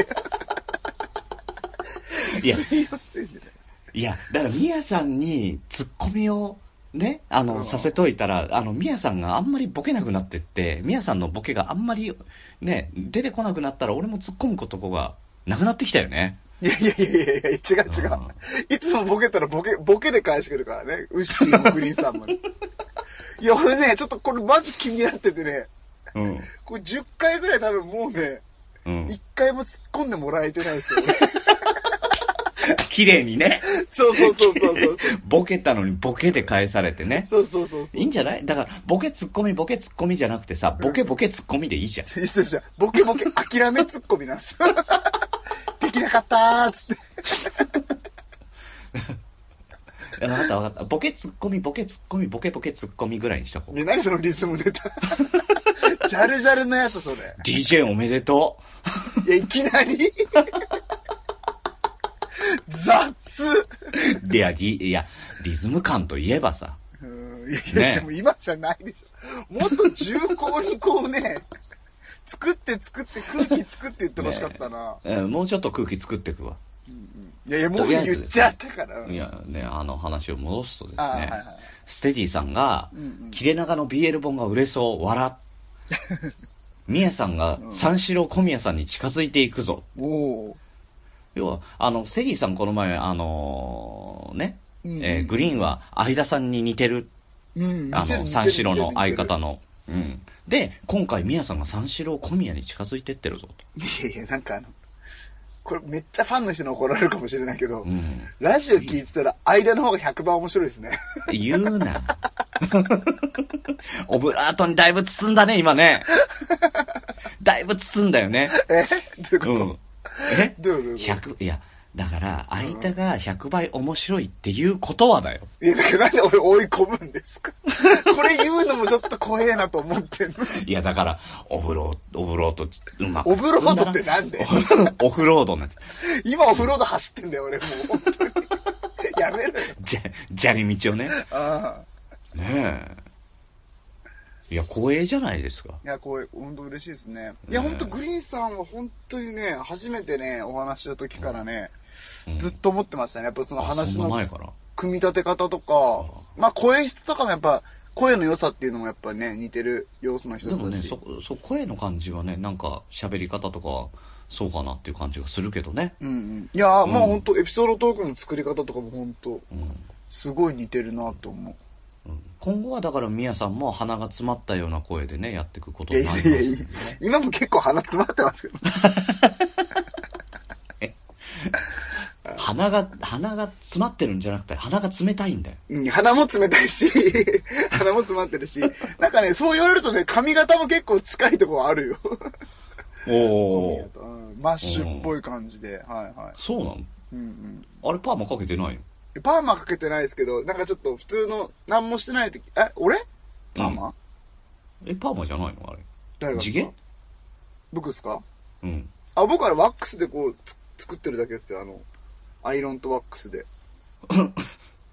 [SPEAKER 2] いや、
[SPEAKER 1] すいませんじゃない。
[SPEAKER 2] いや、だから、みやさんにツッコミを、ね、あの、
[SPEAKER 1] うん
[SPEAKER 2] させといたら、あの、みやさんがあんまりボケなくなってって、みやさんのボケがあんまり、ね、出てこなくなったら、俺も突っ込むことがなくなってきたよね。
[SPEAKER 1] いやいやいやいやいや、違う違う。いつもボケたらボケ、ボケで返してくるからね。ウッシーもグリーンさん <laughs> もね。いや、俺ね、ちょっとこれマジ気になっててね、
[SPEAKER 2] うん。
[SPEAKER 1] これ10回ぐらい多分もうね、
[SPEAKER 2] うん。
[SPEAKER 1] 1回も突っ込んでもらえてないですよ。
[SPEAKER 2] 綺麗にね、
[SPEAKER 1] <laughs> そうそうそうそうそう。
[SPEAKER 2] ボケたのにボケで返されてね。
[SPEAKER 1] そうそうそうそう。
[SPEAKER 2] いいんじゃないだから、ボケツッコミ、ボケツッコミじゃなくてさ、ボケボケツッコミでいいじゃん。
[SPEAKER 1] いやそうそうボケボケ諦めツッコミなんです <laughs> よ。できなかったーっつって。
[SPEAKER 2] わかったわかった。ボケツッコミ、ボケツッコミ、ボケボケツッコミぐらいにしとこう。
[SPEAKER 1] ね、何そのリズム <laughs> ネタ。ジャルジャルのやつそれ。
[SPEAKER 2] DJ おめでとう。
[SPEAKER 1] いや、いきなり <laughs> 雑
[SPEAKER 2] いや、リいや、リズム感といえばさ、
[SPEAKER 1] うんい
[SPEAKER 2] ね
[SPEAKER 1] やいや、でも今じゃないでしょ。もっと重厚にこうね、作って作って空気作って言ってほしかったな。
[SPEAKER 2] えーもうちょっと空気作っていくわ。
[SPEAKER 1] いやいや、もう
[SPEAKER 2] とりあえず
[SPEAKER 1] 言っちゃったから。
[SPEAKER 2] いや、ね、あの話を戻すとですね、
[SPEAKER 1] あーはいはい
[SPEAKER 2] ステディさんが、
[SPEAKER 1] うんうん
[SPEAKER 2] 切れ長の BL 本が売れそう、
[SPEAKER 1] <laughs>
[SPEAKER 2] 笑っ。宮さんが、三四郎小宮さんに近づいていくぞ。
[SPEAKER 1] おお
[SPEAKER 2] 要は、あの、ステディさんこの前、あのーね、
[SPEAKER 1] うんうん
[SPEAKER 2] えーグリーンは、相田さんに似てる。
[SPEAKER 1] ー。うん。
[SPEAKER 2] あ
[SPEAKER 1] 似てる
[SPEAKER 2] の、三四郎の相。方
[SPEAKER 1] 似
[SPEAKER 2] の。うん。で、今回、宮さんが三四郎小宮に近づいてってるぞと。
[SPEAKER 1] てる似てるいやいや、なんかあの、これめっちゃファンの人に怒られるかもしれないけど、
[SPEAKER 2] うん。
[SPEAKER 1] ラジオ聞いてたら間の方が100番面白いですね。
[SPEAKER 2] 言うな。オブラートにだいぶ包んだね、今ね。だいぶ包んだよね。
[SPEAKER 1] えどういうこ
[SPEAKER 2] う
[SPEAKER 1] と、
[SPEAKER 2] ん。え
[SPEAKER 1] どういうことどういうこと
[SPEAKER 2] ?100、いや、だから、相手が100倍面白いっていうことはだよ。
[SPEAKER 1] いや、だからなんで俺追い込むんです <laughs> かこれ言うのもちょっと怖えなと思ってん <laughs> の。
[SPEAKER 2] いや、だから、オブロード、オブロード、うまく
[SPEAKER 1] オブロードってなんで
[SPEAKER 2] 包んだな <laughs> オフロードなんて。
[SPEAKER 1] 今オフロード走ってんだよ、俺もう。本 <laughs> 当に。やめろよ。
[SPEAKER 2] じゃ、砂利道をね。
[SPEAKER 1] ああ。
[SPEAKER 2] ねえ。いや、光栄じゃないですか。
[SPEAKER 1] いや、こう、本当嬉しいですね。いや、
[SPEAKER 2] ね
[SPEAKER 1] 本当グリーンさんは本当にね、初めてね、お話しした時からね、
[SPEAKER 2] うん
[SPEAKER 1] ずっと思ってましたね。やっぱその
[SPEAKER 2] あ
[SPEAKER 1] 話
[SPEAKER 2] そんな前
[SPEAKER 1] の
[SPEAKER 2] から。
[SPEAKER 1] 組み立て方とか、まあ声質とかもやっぱ、声の良さっていうのもやっぱね、似てる要素の一
[SPEAKER 2] でも
[SPEAKER 1] つ
[SPEAKER 2] ね
[SPEAKER 1] だし。
[SPEAKER 2] そそ声の感じはねなんか喋り方とかはそうかなっていう感じがするけどね、
[SPEAKER 1] うんうん。いやー、まあ
[SPEAKER 2] うん
[SPEAKER 1] 本当エピソードトークの作り方とかも本当
[SPEAKER 2] うん
[SPEAKER 1] すごい似てるなと思う。
[SPEAKER 2] うん今後はだからみやさんも鼻が詰まったような声でねやっていくこと
[SPEAKER 1] いや
[SPEAKER 2] に
[SPEAKER 1] い
[SPEAKER 2] な
[SPEAKER 1] や
[SPEAKER 2] りま
[SPEAKER 1] い
[SPEAKER 2] す
[SPEAKER 1] やいや、今も結構鼻詰まってますけど。
[SPEAKER 2] 鼻が鼻が詰まってるんじゃなくて鼻が冷たいんだよ
[SPEAKER 1] うん鼻も冷たいし、 <laughs> 鼻も詰まってるし、なんかね、そう言われるとね、髪型も結構近いところあるよ。
[SPEAKER 2] おお
[SPEAKER 1] <laughs> うんマッシュっぽい感じで、はいは
[SPEAKER 2] そうなの
[SPEAKER 1] い。うんうん
[SPEAKER 2] あれパーマかけてないよ
[SPEAKER 1] でパーマかけてないですけど、なんかちょっと普通の、何もしてない時、え、俺パーマ、
[SPEAKER 2] えパーマじゃないのあ
[SPEAKER 1] 誰
[SPEAKER 2] れ
[SPEAKER 1] が
[SPEAKER 2] 地毛
[SPEAKER 1] 僕ですか
[SPEAKER 2] うん
[SPEAKER 1] あ、僕はワックスでこう、つ作ってるだけですよ、あの、アイロンとワックスで。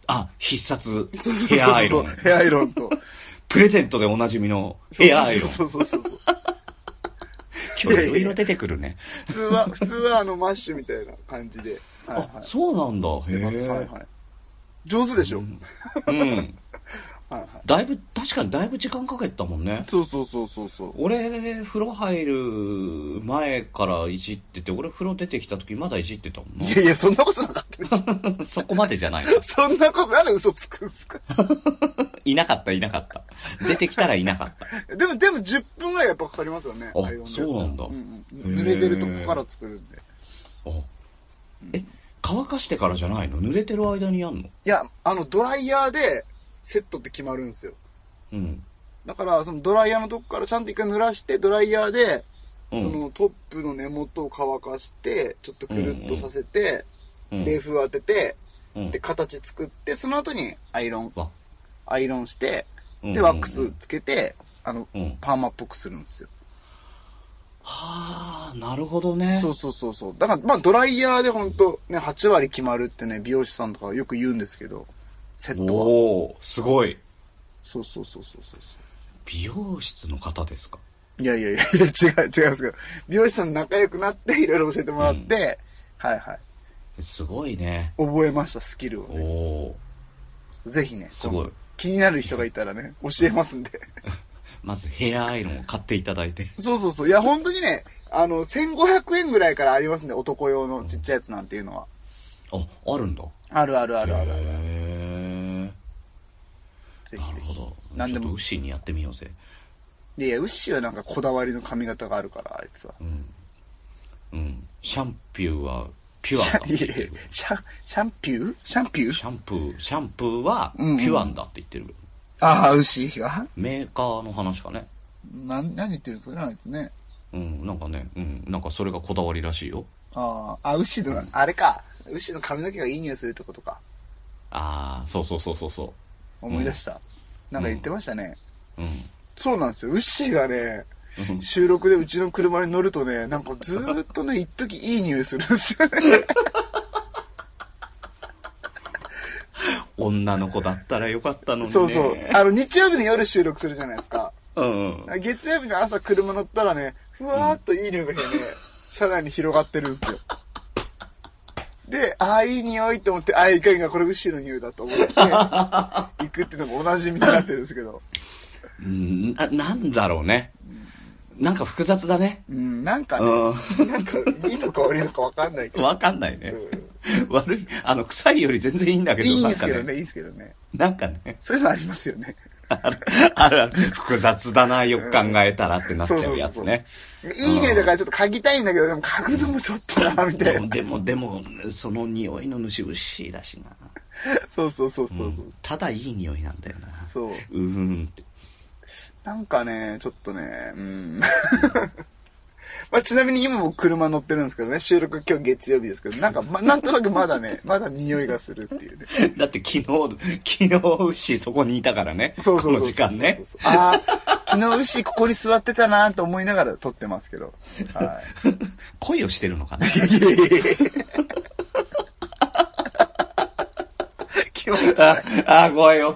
[SPEAKER 2] あ必殺
[SPEAKER 1] そうそうそうそう
[SPEAKER 2] ヘアアイロン
[SPEAKER 1] ヘアアイロンと。
[SPEAKER 2] プレゼントでおなじみのヘアアイロン
[SPEAKER 1] そうそうそうそう。
[SPEAKER 2] 今日いろいろ出てくるね
[SPEAKER 1] 普通は、 <laughs> 普通はあの、マッシュみたいな感じで。はい
[SPEAKER 2] あ
[SPEAKER 1] はい。
[SPEAKER 2] そうなんだ
[SPEAKER 1] してます。
[SPEAKER 2] へえ
[SPEAKER 1] はいはい。上手でしょ、
[SPEAKER 2] うん
[SPEAKER 1] はいはい。
[SPEAKER 2] だいぶ、確かにだいぶ時間かけたもんね。
[SPEAKER 1] そうそうそうそうそう。
[SPEAKER 2] 俺、風呂入る前からいじってて、俺風呂出てきた時まだいじってたもん
[SPEAKER 1] いやいや、そんなことなかったでしょ。
[SPEAKER 2] な。 <laughs> そこまでじゃない。
[SPEAKER 1] そんなこと、なんで嘘つくんすか。
[SPEAKER 2] いなかった、いなかった。出てきたらいなか <laughs> った。
[SPEAKER 1] でも、でも10分ぐらいやっぱかかりますよね。
[SPEAKER 2] あ
[SPEAKER 1] アイロンで
[SPEAKER 2] そうなんだ
[SPEAKER 1] うんうん
[SPEAKER 2] へー
[SPEAKER 1] 濡れてるとこから作るんで。
[SPEAKER 2] あえ、乾かしてからじゃないの濡れてる間にやんの
[SPEAKER 1] いや、あの、ドライヤーでセットって決まるんですよ。
[SPEAKER 2] うん。
[SPEAKER 1] だから、そのドライヤーのとこからちゃんと一回濡らして、ドライヤーで、
[SPEAKER 2] うん
[SPEAKER 1] そのトップの根元を乾かして、ちょっとくるっとさせて、
[SPEAKER 2] うん。
[SPEAKER 1] 冷風当てて、
[SPEAKER 2] うん
[SPEAKER 1] で、形作って、その後にアイロン、
[SPEAKER 2] わ
[SPEAKER 1] アイロンして、
[SPEAKER 2] うん
[SPEAKER 1] で、ワックスつけて、あの、
[SPEAKER 2] うん
[SPEAKER 1] パーマっぽくするんですよ。
[SPEAKER 2] はあ、なるほどね。
[SPEAKER 1] そうそうそうそう。だから、まあ、ドライヤーでほんと、ね、8割決まるってね、美容師さんとかよく言うんですけど、セットは。
[SPEAKER 2] おおすごい。
[SPEAKER 1] そうそうそうそうそうそ
[SPEAKER 2] 美容室の方ですか
[SPEAKER 1] う。いやいやいや、違う、違いますけど、美容師さん仲良くなって、いろいろ教えてもらって、はいはい。
[SPEAKER 2] すごいね。
[SPEAKER 1] 覚えました、スキルを
[SPEAKER 2] お
[SPEAKER 1] ね。
[SPEAKER 2] お
[SPEAKER 1] ぜひね、
[SPEAKER 2] すごい。
[SPEAKER 1] 気になる人がいたらね、教えますんで。
[SPEAKER 2] まずヘアアイロンを買っていただいて。
[SPEAKER 1] そうそうそう。いや、本当にね、あの、1500円ぐらいからありますね、男用のちっちゃいやつなんていうのは。
[SPEAKER 2] あ、あるんだ。
[SPEAKER 1] あるあるあるある。
[SPEAKER 2] へ
[SPEAKER 1] ぜ
[SPEAKER 2] ーな
[SPEAKER 1] ひ
[SPEAKER 2] る
[SPEAKER 1] ぜ
[SPEAKER 2] ほ
[SPEAKER 1] ひ
[SPEAKER 2] ど。。
[SPEAKER 1] 何で
[SPEAKER 2] ちょっと
[SPEAKER 1] も。
[SPEAKER 2] ウッシーにやってみようぜ。
[SPEAKER 1] いやいや、ウッシーはなんかこだわりの髪型があるから、あいつは。
[SPEAKER 2] うん。シャンピューはピュ
[SPEAKER 1] シ
[SPEAKER 2] ア
[SPEAKER 1] ャ
[SPEAKER 2] だ
[SPEAKER 1] ン
[SPEAKER 2] っ
[SPEAKER 1] い
[SPEAKER 2] て
[SPEAKER 1] や
[SPEAKER 2] 言っ
[SPEAKER 1] い
[SPEAKER 2] て
[SPEAKER 1] や
[SPEAKER 2] る。
[SPEAKER 1] シャン、シャンピューシャンピュー
[SPEAKER 2] シャンプー、シャンプーはピ
[SPEAKER 1] んうん
[SPEAKER 2] ュアンだって言ってる。
[SPEAKER 1] ああ、ウッシーが
[SPEAKER 2] メーカーの話かね。
[SPEAKER 1] なん、何言ってるんですかね、あいつね。
[SPEAKER 2] うん、なんかね、うん、なんかそれがこだわりらしいよ。
[SPEAKER 1] ああ、あ、ウッシーの、あれか。ウッシーの髪の毛がいい匂いするってことか。
[SPEAKER 2] ああ、そうそうそうそうそ
[SPEAKER 1] 思い出した。なんか言ってましたね。
[SPEAKER 2] う。うん。
[SPEAKER 1] そうなんですよ。ウッシーがね
[SPEAKER 2] う、ん
[SPEAKER 1] 収録でうちの車に乗るとね、なんかずーっとね、一時いい匂いするんですよね。
[SPEAKER 2] 女の子だったらよかったのにね。
[SPEAKER 1] そうそう。あの、日曜日の夜収録するじゃないですか。
[SPEAKER 2] うん。うん。
[SPEAKER 1] 月曜日の朝車乗ったらね、ふわーっといい匂いがね、車内に広がってるんですよ。で、ああ、いい匂いと思って、ああ、いかんがこれ牛の匂いだと思って、行くっていうのも同じみたいになってるんですけど。
[SPEAKER 2] うんな、なんだろうね。なんか複雑だね。
[SPEAKER 1] うん、なんかね、
[SPEAKER 2] う
[SPEAKER 1] なんかいいのか悪いのかわかんないけ
[SPEAKER 2] ん。
[SPEAKER 1] ど。
[SPEAKER 2] わかんないね。
[SPEAKER 1] う
[SPEAKER 2] 悪い、あの、臭いより全然いいんだけ
[SPEAKER 1] ん
[SPEAKER 2] ど、
[SPEAKER 1] いいん
[SPEAKER 2] な
[SPEAKER 1] で
[SPEAKER 2] ん
[SPEAKER 1] す
[SPEAKER 2] か
[SPEAKER 1] けど
[SPEAKER 2] ね。
[SPEAKER 1] ね、いいんですけどね。
[SPEAKER 2] なんかね、
[SPEAKER 1] そういうのありますよね。
[SPEAKER 2] ある、あるある、複雑だな、よく考えたらってなっちゃうやつね。
[SPEAKER 1] いい匂いだからちょっと嗅ぎたいんだけど、でも嗅ぐのもちょっとな、みたい
[SPEAKER 2] で
[SPEAKER 1] な
[SPEAKER 2] も、。でも、でも、その匂いの主牛だしな。
[SPEAKER 1] そうそうそうそうそう。
[SPEAKER 2] うんただいい匂いなんだよな。
[SPEAKER 1] そう。
[SPEAKER 2] うーんって。
[SPEAKER 1] なんかね、ちょっとね、うん。 <laughs> まあ、ちなみに今も車乗ってるんですけどね、収録今日月曜日ですけど、なんか、ま、なんとなくまだね、まだ匂いがするっていうね。
[SPEAKER 2] だって昨日、昨日牛そこにいたからね。
[SPEAKER 1] そうそうそ
[SPEAKER 2] こ
[SPEAKER 1] うそう。
[SPEAKER 2] の時間ね。
[SPEAKER 1] ああ、昨日牛ここに座ってたなと思いながら撮ってますけど。は
[SPEAKER 2] 恋をしてるのかな <laughs>
[SPEAKER 1] い。気持ち悪い。
[SPEAKER 2] ああ、怖いよ。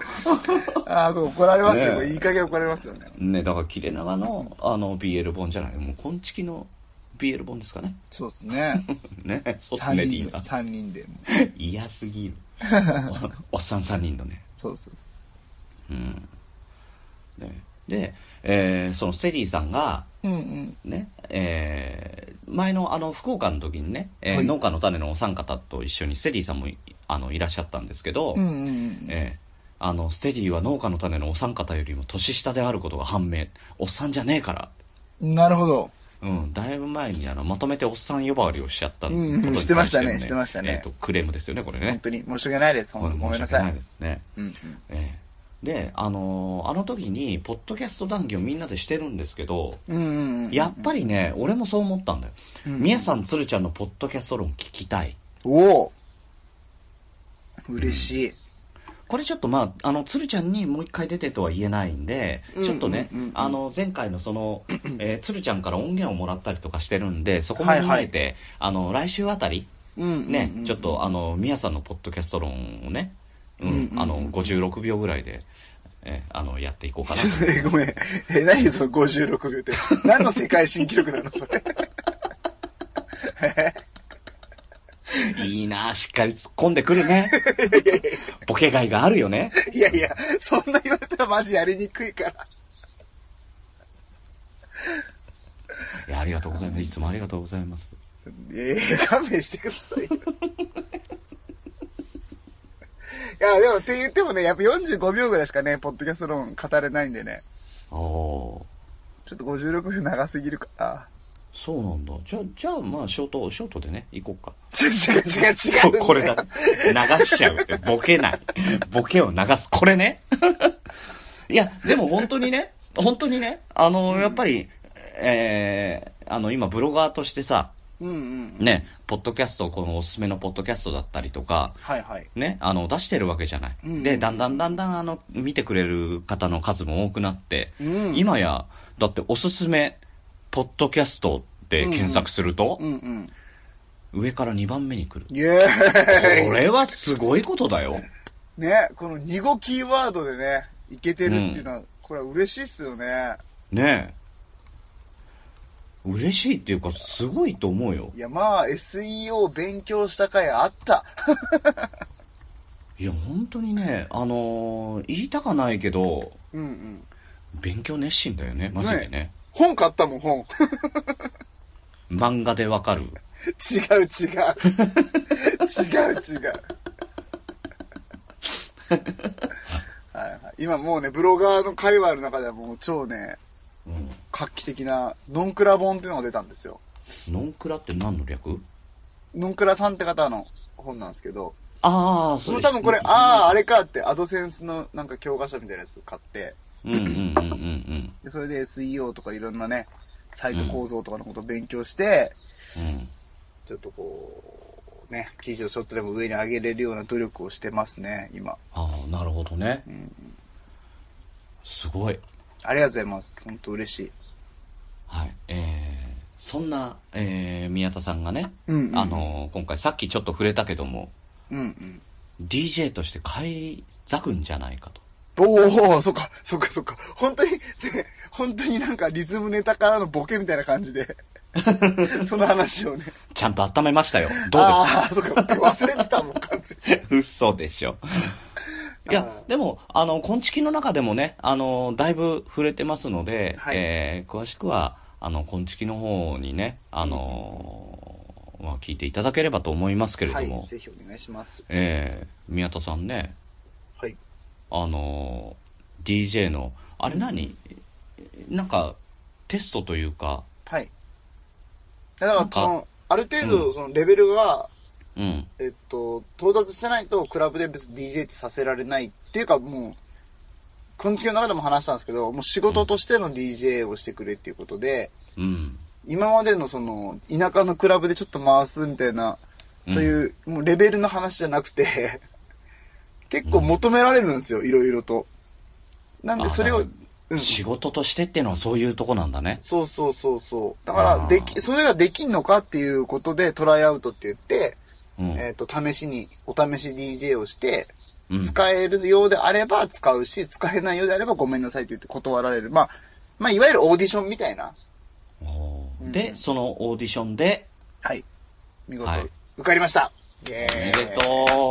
[SPEAKER 1] ああ、これ怒られますよ。
[SPEAKER 2] ねえ
[SPEAKER 1] これいい加減怒られますよね。
[SPEAKER 2] ね、だから切れ長の、あの、BL 本じゃない。もう、今月の BL 本ですかね。
[SPEAKER 1] そうですね。
[SPEAKER 2] ね、そうっす
[SPEAKER 1] 三
[SPEAKER 2] ね、
[SPEAKER 1] 人
[SPEAKER 2] が
[SPEAKER 1] で、。三人で。
[SPEAKER 2] 嫌すぎ
[SPEAKER 1] <laughs>
[SPEAKER 2] る。おおっさん三人のね。
[SPEAKER 1] そうそうそう。
[SPEAKER 2] うん。ね、で、えーそのセリーさんが、
[SPEAKER 1] うんうん。
[SPEAKER 2] ね、えー前のあの福岡の時にね、えー
[SPEAKER 1] はい
[SPEAKER 2] 農家の種のお三方と一緒にセリーさんもいあのいらっしゃったんですけど、
[SPEAKER 1] うんうんうん。
[SPEAKER 2] えーあのステディは農家の種のお三方よりも年下であることが判明おっさんじゃねえから、
[SPEAKER 1] なるほど。
[SPEAKER 2] うん、だいぶ前にあのまとめておっさん呼ばわりをしちゃったことに
[SPEAKER 1] うんうんしてましたね
[SPEAKER 2] 対
[SPEAKER 1] してましたね
[SPEAKER 2] えーとクレームですよねこれ
[SPEAKER 1] 本
[SPEAKER 2] ね
[SPEAKER 1] 当に申し訳ないです。本当ごめんなさ
[SPEAKER 2] 申し訳
[SPEAKER 1] い。
[SPEAKER 2] ですね
[SPEAKER 1] うん
[SPEAKER 2] ええで、あのーあの時に、ポッドキャスト談義をみんなでしてるんですけど、
[SPEAKER 1] うん。うんうんうん。
[SPEAKER 2] やっぱりね、俺もそう思ったんだよ。
[SPEAKER 1] うん
[SPEAKER 2] みやさん、つるちゃんのポッドキャスト論聞きたい。
[SPEAKER 1] おお嬉しい。
[SPEAKER 2] これちょっとまあ、あの、つるちゃんにもう一回出てとは言えないんで、
[SPEAKER 1] うん
[SPEAKER 2] ちょっとね
[SPEAKER 1] うんうんうん、
[SPEAKER 2] あの、前回のそ
[SPEAKER 1] <clears throat>
[SPEAKER 2] の、えー、つるちゃんから音源をもらったりとかしてるんで、そこも踏まえて、あの、来週あたり、
[SPEAKER 1] うんうんうん
[SPEAKER 2] ね、ちょっ。とあの、みやさんのポッドキャスト論をね、うん、
[SPEAKER 1] うんうんうん
[SPEAKER 2] あの、56秒ぐらいで、えーあの、やっていこうかな
[SPEAKER 1] ちょっとね、 <laughs> ごめん。え、何その56秒って。何の世界新記録なのそれ。 <laughs>
[SPEAKER 2] いいなあしっかり突っ込んでくる <laughs> ね。ボケがいがあるよね。
[SPEAKER 1] いやいや、そんな言われたらマジやりにくいから。
[SPEAKER 2] いや、ありがとうございます。いつもありがとうございます。
[SPEAKER 1] いやいや勘弁してくださいよ。い <laughs> や、でもって言ってもね、やっぱ45秒ぐらいしかね、ポッドキャスト論語れないんでね。
[SPEAKER 2] ああ、
[SPEAKER 1] ちょっと56秒長すぎるから。
[SPEAKER 2] そうなんだ。じゃあ、じゃあ、まあ、ショート、ショートでね、行こうか。
[SPEAKER 1] 違う違う違う違う
[SPEAKER 2] そ
[SPEAKER 1] ん
[SPEAKER 2] う
[SPEAKER 1] だよ。
[SPEAKER 2] これだ。流しちゃうって、ボケない。ボケを流す。これね。 <laughs> いや、でも本当にね、本当にね、あの、やっぱり、えー、あの、今、ブロガーとしてさ、
[SPEAKER 1] うんうん。
[SPEAKER 2] ね、ポッドキャスト、このおすすめのポッドキャストだったりとか、
[SPEAKER 1] はいはい。
[SPEAKER 2] ね、あの、出してるわけじゃない。
[SPEAKER 1] うん
[SPEAKER 2] で、だんだんだんだん、あの、見てくれる方の数も多くなって、
[SPEAKER 1] うん
[SPEAKER 2] 今や、だっておすすめ、ポッドキャストって検索すると、
[SPEAKER 1] うんうん。
[SPEAKER 2] 上から2番目に来る。
[SPEAKER 1] イェーイ
[SPEAKER 2] これはすごいことだよ。
[SPEAKER 1] ね、この2語キーワードでね、いけてるっていうのは、これは嬉しいっすよね。
[SPEAKER 2] ねえ。嬉しいっていうか、すごいと思うよ
[SPEAKER 1] い。や、まあ、SEO 勉強した回あった。
[SPEAKER 2] いや、本当にね、あのー言いたかないけど、
[SPEAKER 1] うんうん。
[SPEAKER 2] 勉強熱心だよね、マジでね。
[SPEAKER 1] 本買ったもん、本。
[SPEAKER 2] 漫画でわかる。
[SPEAKER 1] 違う違う。違う違う。はいはい、今もうね、ブロガーの界隈の中ではもう超ね、
[SPEAKER 2] うん。
[SPEAKER 1] 画期的なノンクラ本っていうのが出たんですよ。
[SPEAKER 2] ノンクラって何の略
[SPEAKER 1] ノンクラさんって方の本なんですけど、
[SPEAKER 2] ああ、
[SPEAKER 1] そ
[SPEAKER 2] そ
[SPEAKER 1] の
[SPEAKER 2] れ
[SPEAKER 1] 多分これ、ああ、あれかって、アドセンスのなんか教科書みたいなやつ買って、
[SPEAKER 2] うんうんうんうんうん。
[SPEAKER 1] でそれで SEO とかいろんなね、サイト構造とかのことを勉強して、
[SPEAKER 2] うん。
[SPEAKER 1] ちょっとこう、ね、記事をちょっとでも上に上げれるような努力をしてますね、今。
[SPEAKER 2] ああ、なるほどね。すごい。
[SPEAKER 1] ありがとうございます。本当嬉しい。
[SPEAKER 2] はい。えー、そんな、えー、宮田さんがね、
[SPEAKER 1] うんうんうん
[SPEAKER 2] あのー今回さっきちょっと触れたけども、
[SPEAKER 1] うんうん。
[SPEAKER 2] DJ として返り咲くんじゃないかと。
[SPEAKER 1] おお、そっか、そっか、そっか。本当に、ね、 <laughs> 本当になんかリズムネタからのボケみたいな感
[SPEAKER 2] <laughs>
[SPEAKER 1] じで、その話をね。
[SPEAKER 2] ちゃんと温めましたよ。どうです
[SPEAKER 1] ああ、そっか、忘れてたもん、完全 <laughs> に。
[SPEAKER 2] 嘘でしょ。いや、でも、あの、昆虫の中でもね、あの、だいぶ触れてますので、
[SPEAKER 1] はい
[SPEAKER 2] えー詳しくは、あの、昆虫の方にね、あの、まあ、聞いていただければと思いますけれど
[SPEAKER 1] は
[SPEAKER 2] も、
[SPEAKER 1] い、ぜひお願いします。
[SPEAKER 2] えー宮田さんね、
[SPEAKER 1] はい。
[SPEAKER 2] あの、DJ の、あれ何、なんか、テストというか、
[SPEAKER 1] はい。だから、そ
[SPEAKER 2] なん
[SPEAKER 1] の、ある程
[SPEAKER 2] う
[SPEAKER 1] 度、その、レベルが、
[SPEAKER 2] うん、
[SPEAKER 1] えっと、到達してないと、クラブで別に DJ ってさせられないっていうか、もう、昆虫の中でも話したんですけど、もう仕事としての DJ をしてくれっていうことで、
[SPEAKER 2] うん、
[SPEAKER 1] 今までのその、田舎のクラブでちょっと回すみたいな、そういう、もうレベルの話じゃな
[SPEAKER 2] <laughs>
[SPEAKER 1] くて、結構求められるんですよ、いろいろと。なん
[SPEAKER 2] あ
[SPEAKER 1] で、それ
[SPEAKER 2] な
[SPEAKER 1] を
[SPEAKER 2] るほ、
[SPEAKER 1] うん、
[SPEAKER 2] 仕事としてっていうのはそういうとこなんだね。
[SPEAKER 1] そうそうそうそう。だ
[SPEAKER 2] あ
[SPEAKER 1] か
[SPEAKER 2] ー
[SPEAKER 1] ら、でき、それができんのかっていうことで、トライアウトって言って、
[SPEAKER 2] うん。
[SPEAKER 1] えっ、と、試しに、お試し DJ をして、
[SPEAKER 2] うん
[SPEAKER 1] 使えるようであれば使うし、使えないようであればごめんなさいって言って断られる。まあ、まあ、いわゆるオーディションみたいな。
[SPEAKER 2] おー
[SPEAKER 1] うん
[SPEAKER 2] で、そのオーディションで、
[SPEAKER 1] はい。見事、
[SPEAKER 2] はい
[SPEAKER 1] 受かりました。イェ
[SPEAKER 2] お
[SPEAKER 1] ーイ。
[SPEAKER 2] めでと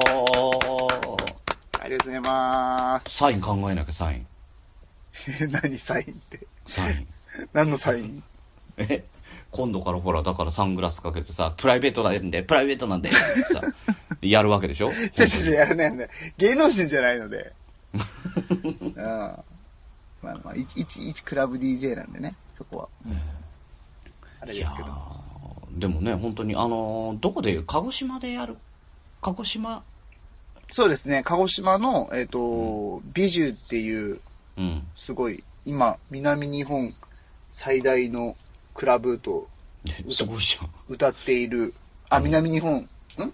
[SPEAKER 2] う
[SPEAKER 1] ありがとうございます。
[SPEAKER 2] サイン考えなきゃサイン。
[SPEAKER 1] え <laughs> 何サインって。
[SPEAKER 2] サイン。
[SPEAKER 1] 何のサイン
[SPEAKER 2] <laughs> え今度からほら、だからサングラスかけてさ、プライベートなんで、プライベートなんで、さ、やるわけ <laughs> でしょ
[SPEAKER 1] ちゃちゃちゃやらないんで。芸能人じゃないの <laughs> で。うん。まあまあ、いちいちいちクラブ DJ なんでね、そこは。うんあれ
[SPEAKER 2] い
[SPEAKER 1] で
[SPEAKER 2] や
[SPEAKER 1] すけど。
[SPEAKER 2] ーでもね、本当に、あのーどこで、鹿児島でやる鹿児島
[SPEAKER 1] そうですね、鹿児島の、えっ、と、美獣っていう、
[SPEAKER 2] うん。
[SPEAKER 1] すごい、今、南日本最大のクラブと
[SPEAKER 2] えすごいじゃん。
[SPEAKER 1] 歌っている、あ、南日本、ん南、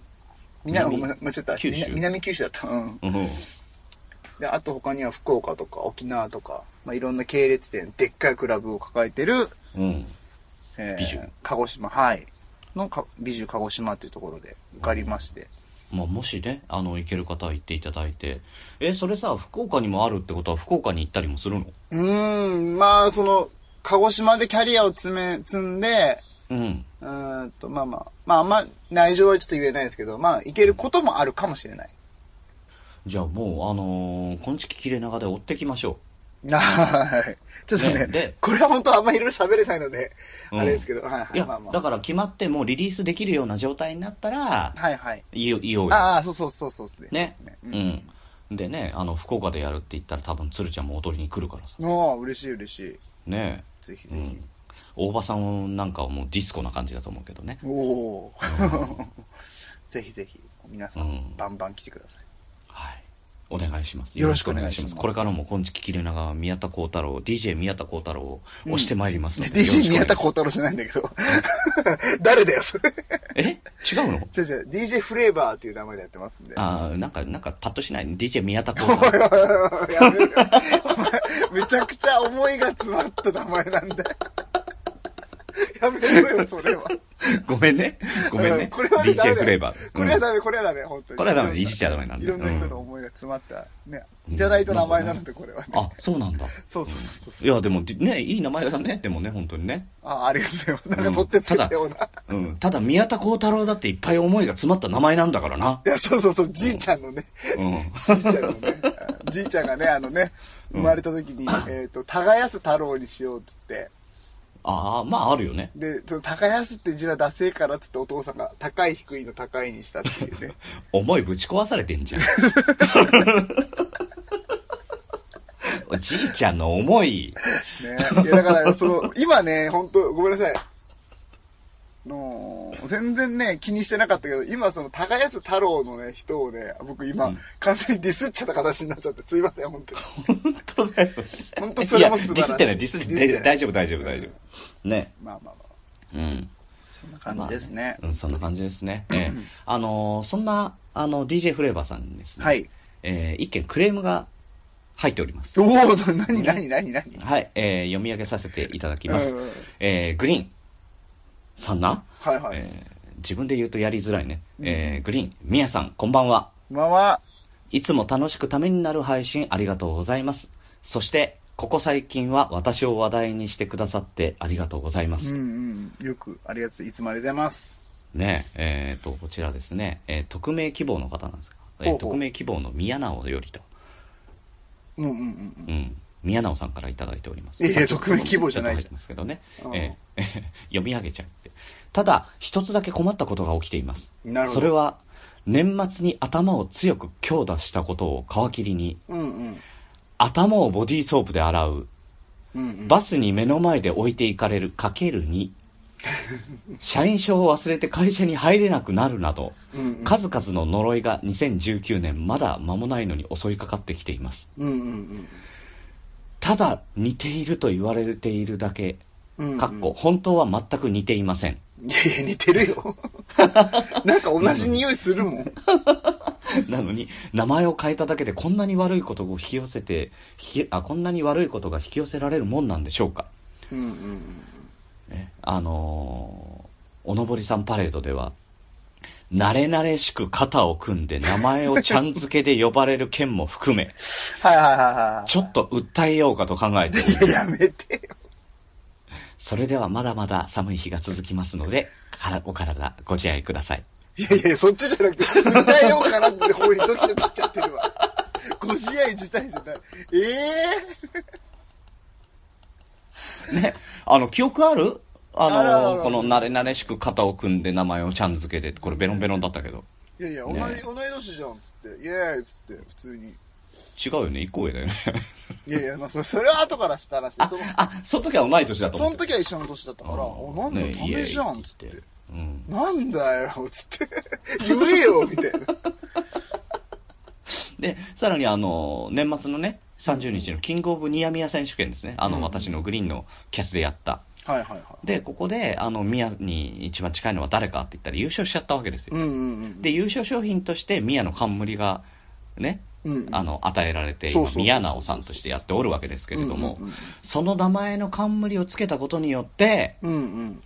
[SPEAKER 2] 南
[SPEAKER 1] ごめん、間違った。
[SPEAKER 2] 九州
[SPEAKER 1] 南南九州だった。うん。
[SPEAKER 2] うん
[SPEAKER 1] で、あと他には福岡とか沖縄とか、まあ、いろんな系列店、でっかいクラブを抱えてる、
[SPEAKER 2] うん。
[SPEAKER 1] えー
[SPEAKER 2] 美獣
[SPEAKER 1] 鹿児島、はい。のか美獣鹿児島っていうところで受かりまして。
[SPEAKER 2] まあ、もしね、あの、行ける方は行っていただいて。え、それさ、福岡にもあるってことは、福岡に行ったりもするの
[SPEAKER 1] うーん、まあ、その、鹿児島でキャリアを積め、積んで、
[SPEAKER 2] うん。
[SPEAKER 1] うーんと、まあまあ、まあ、あんま内情はちょっと言えないですけど、まあ、いけることもあるかもしれない。
[SPEAKER 2] じゃあもう、あのー、こんちき切れ長で追ってきましょ
[SPEAKER 1] <laughs> はい。ちょっと
[SPEAKER 2] ね
[SPEAKER 1] ね、
[SPEAKER 2] で
[SPEAKER 1] これは本当あんまいろいろ喋れないので、
[SPEAKER 2] うん
[SPEAKER 1] あれですけど、はいは
[SPEAKER 2] う。い
[SPEAKER 1] い、
[SPEAKER 2] や、
[SPEAKER 1] まあま
[SPEAKER 2] だ
[SPEAKER 1] あ。
[SPEAKER 2] から決まってもうリリースできるような状態になったら、
[SPEAKER 1] はいはい。
[SPEAKER 2] いよ、いようよ。
[SPEAKER 1] ああ、そうそうそうそうですね。
[SPEAKER 2] ね
[SPEAKER 1] そうです
[SPEAKER 2] う
[SPEAKER 1] ね
[SPEAKER 2] ん。でね、あの、福岡でやるって言ったら多分鶴ちゃんも踊りに来るからさ。
[SPEAKER 1] うん。おー嬉しい嬉しい。
[SPEAKER 2] ね
[SPEAKER 1] ぜひ
[SPEAKER 2] え。う
[SPEAKER 1] ぜひ
[SPEAKER 2] ん。。大場さんなんかはもうディスコな感じだと思うけどね。
[SPEAKER 1] おお。ぜひぜひ、皆さ
[SPEAKER 2] うん
[SPEAKER 1] ん、バンバン来てください。
[SPEAKER 2] はい。お願いします。
[SPEAKER 1] よろしくお願いします
[SPEAKER 2] これからも、こんちき切れ長、宮田幸太郎、DJ 宮田幸太郎を押してまいりますので。よろしくお願い
[SPEAKER 1] DJ
[SPEAKER 2] します
[SPEAKER 1] 宮田幸太郎じゃないんだけど。誰だよ、それ。
[SPEAKER 2] え違うの
[SPEAKER 1] じゃじゃ DJ フレーバーっていう名前でやってますんで。
[SPEAKER 2] ああ、なんか、なんか、パッとしない。DJ 宮田幸太郎。
[SPEAKER 1] <laughs> やめろよお前めちゃくちゃ思いが詰まった名前なんだよ。やめろよ、それは。
[SPEAKER 2] <laughs> ごめんね。ごめん
[SPEAKER 1] う
[SPEAKER 2] ね。
[SPEAKER 1] これはね
[SPEAKER 2] DJ フレー
[SPEAKER 1] ダ
[SPEAKER 2] バ
[SPEAKER 1] メだ
[SPEAKER 2] ー。
[SPEAKER 1] よこれ
[SPEAKER 2] う
[SPEAKER 1] は
[SPEAKER 2] ん
[SPEAKER 1] ダメ、これはダメ、本当に。
[SPEAKER 2] これはダメだ。いじっちゃダメなん
[SPEAKER 1] い
[SPEAKER 2] で。
[SPEAKER 1] ろんな人の
[SPEAKER 2] うん
[SPEAKER 1] 思いが詰まった、ね、
[SPEAKER 2] うん
[SPEAKER 1] いただいた名前なので、これはね。
[SPEAKER 2] あ、そうなんだ。
[SPEAKER 1] そうそうそうそう。
[SPEAKER 2] いや、でも、ね、いい名前だね。でもね、本当にね。
[SPEAKER 1] あ、ありがとうございます。なんか取ってつけたような。
[SPEAKER 2] うん。ただ、宮田幸太郎だっていっぱい思いが詰まった名前なんだからな。
[SPEAKER 1] いや、そうそうそう、じいちゃんのね、
[SPEAKER 2] うん。
[SPEAKER 1] じいちゃんのね、じいちゃんがね、あのね、生まれた時に、えっ、と、耕す太郎にしようっつって、
[SPEAKER 2] ああ、まあ、あるよね。
[SPEAKER 1] で、その耕すって字はダセえからっつってお父さんが高い低いの高いにしたって
[SPEAKER 2] <laughs>
[SPEAKER 1] いうね。
[SPEAKER 2] 思いぶち壊されてんじゃん。 <laughs> おじいちゃんの思い。
[SPEAKER 1] ねいや、だから、その、今ね、本当ごめんなさい。の全然ね、気にしてなかったけど、今その、耕す太郎のね、人をね、僕今、
[SPEAKER 2] うん
[SPEAKER 1] 完全にディスっちゃった形になっちゃって、すいません、本当に。
[SPEAKER 2] 本当だよ。
[SPEAKER 1] 本当それも素晴らしい
[SPEAKER 2] やディスってない、ディスってない。大丈夫、大丈夫、大丈夫。ね。
[SPEAKER 1] まあまあまあ、
[SPEAKER 2] うん。
[SPEAKER 1] そんな感じですね。
[SPEAKER 2] うん、そんな感じですね。ええあのーそんな、あの、DJ フレーバーさんにですね。
[SPEAKER 1] はい。
[SPEAKER 2] えー一件クレームが入っております。
[SPEAKER 1] おお、なになになになに
[SPEAKER 2] はい、えー読み上げさせていただきます
[SPEAKER 1] うんうん。
[SPEAKER 2] えーグリーンさんな、
[SPEAKER 1] はいはい。
[SPEAKER 2] えー自分で言うとやりづらいね。えーグリーン、ミヤさん、こんばんは。
[SPEAKER 1] まあまあ、
[SPEAKER 2] いつも楽しくためになる配信ありがとうございます。そして、ここ最近は私を話題にしてくださってありがとうございま
[SPEAKER 1] う
[SPEAKER 2] す。
[SPEAKER 1] んうん。よく、ありがとう。いつもありがとうございます。
[SPEAKER 2] ねえ、えっ、と、こちらですね、えー匿名希望の方なんですが、えー
[SPEAKER 1] ほうほう
[SPEAKER 2] 匿名希望の宮直よりと、
[SPEAKER 1] うんうんうん。
[SPEAKER 2] うん、宮直さんからいただいております。
[SPEAKER 1] いやいや匿名希望じゃない
[SPEAKER 2] ちょっと入ってますけどね
[SPEAKER 1] う、ん
[SPEAKER 2] えー <laughs> 読み上げちゃって。ただ、一つだけ困ったことが起きています。
[SPEAKER 1] なるほど。
[SPEAKER 2] それは、年末に頭を強く強打したことを皮切りに、
[SPEAKER 1] うんうん。
[SPEAKER 2] 頭をボディーソープで洗う、
[SPEAKER 1] うんうん。
[SPEAKER 2] バスに目の前で置いていかれるかける2、社員証を忘れて会社に入れなくなるなど、
[SPEAKER 1] うんうん。
[SPEAKER 2] 数々の呪いが2019年まだ間もないのに襲いかかってきています。
[SPEAKER 1] うんうん
[SPEAKER 2] ただ似ていると言われているだけ、
[SPEAKER 1] うん。
[SPEAKER 2] かっこ、本当は全く似ていません。 <laughs>
[SPEAKER 1] いやいや、似てるよ。なんか同じ匂いするもん。
[SPEAKER 2] なのに、名前を変えただけでこんなに悪いことを引き寄せて、引きあ、こんなに悪いことが引き寄せられるもんなんでしょうか。
[SPEAKER 1] うんうん
[SPEAKER 2] ね、あのーおのぼりさんパレードでは、慣れ慣れしく肩を組んで名前をちゃん付けで呼ばれる件も含め、
[SPEAKER 1] はいはいは
[SPEAKER 2] ちょっと訴えようかと考えている
[SPEAKER 1] いはい。やめてよ。
[SPEAKER 2] それではまだまだ寒い日が続きますので、からお体ご自愛ください。
[SPEAKER 1] いやいや、そっちじゃなくて、歌えようかなって方にドキドキしちゃってるわ。ご自愛自体じゃない。え
[SPEAKER 2] ね、あの、記憶あるあの
[SPEAKER 1] あるあるある
[SPEAKER 2] この慣れ慣れしく肩を組んで名前をちゃん付けで、これベロンベロンだったけど。
[SPEAKER 1] えいやいや、同
[SPEAKER 2] ね
[SPEAKER 1] じ、同い年じゃん、つって。イェーイ、つって、普通に。
[SPEAKER 2] 違うよね、一個上だよね。
[SPEAKER 1] いやいや、まあ、それそれは後からしたらしい。
[SPEAKER 2] あ
[SPEAKER 1] その、
[SPEAKER 2] あ、その時は同い年だと
[SPEAKER 1] そ
[SPEAKER 2] 思っ
[SPEAKER 1] の
[SPEAKER 2] て
[SPEAKER 1] 時は一緒の年だったから、お、なんだ、
[SPEAKER 2] ね
[SPEAKER 1] ダメじゃ
[SPEAKER 2] イエー
[SPEAKER 1] ん、
[SPEAKER 2] イ
[SPEAKER 1] つって。
[SPEAKER 2] うん。
[SPEAKER 1] なんだよ、つって。言えよ、みたいな。
[SPEAKER 2] で、さらにあの、年末のね、30日のキングオブニヤミヤ選手権ですね。あ
[SPEAKER 1] う
[SPEAKER 2] の、
[SPEAKER 1] ん
[SPEAKER 2] 私のグリーンのキャスでやった。
[SPEAKER 1] はいはいは
[SPEAKER 2] で、ここで、あの、ミヤに一番近いのは誰かって言ったら優勝しちゃったわけです
[SPEAKER 1] い。う
[SPEAKER 2] よ。
[SPEAKER 1] んうんうん。
[SPEAKER 2] で、優勝商品としてミヤの冠が、ね、
[SPEAKER 1] うん、
[SPEAKER 2] あの、与えられて、
[SPEAKER 1] そう
[SPEAKER 2] 今
[SPEAKER 1] そう、そう
[SPEAKER 2] 宮直さんとしてやっておるわけですけれども
[SPEAKER 1] うんうんうん、
[SPEAKER 2] その名前の冠をつけたことによって、
[SPEAKER 1] うん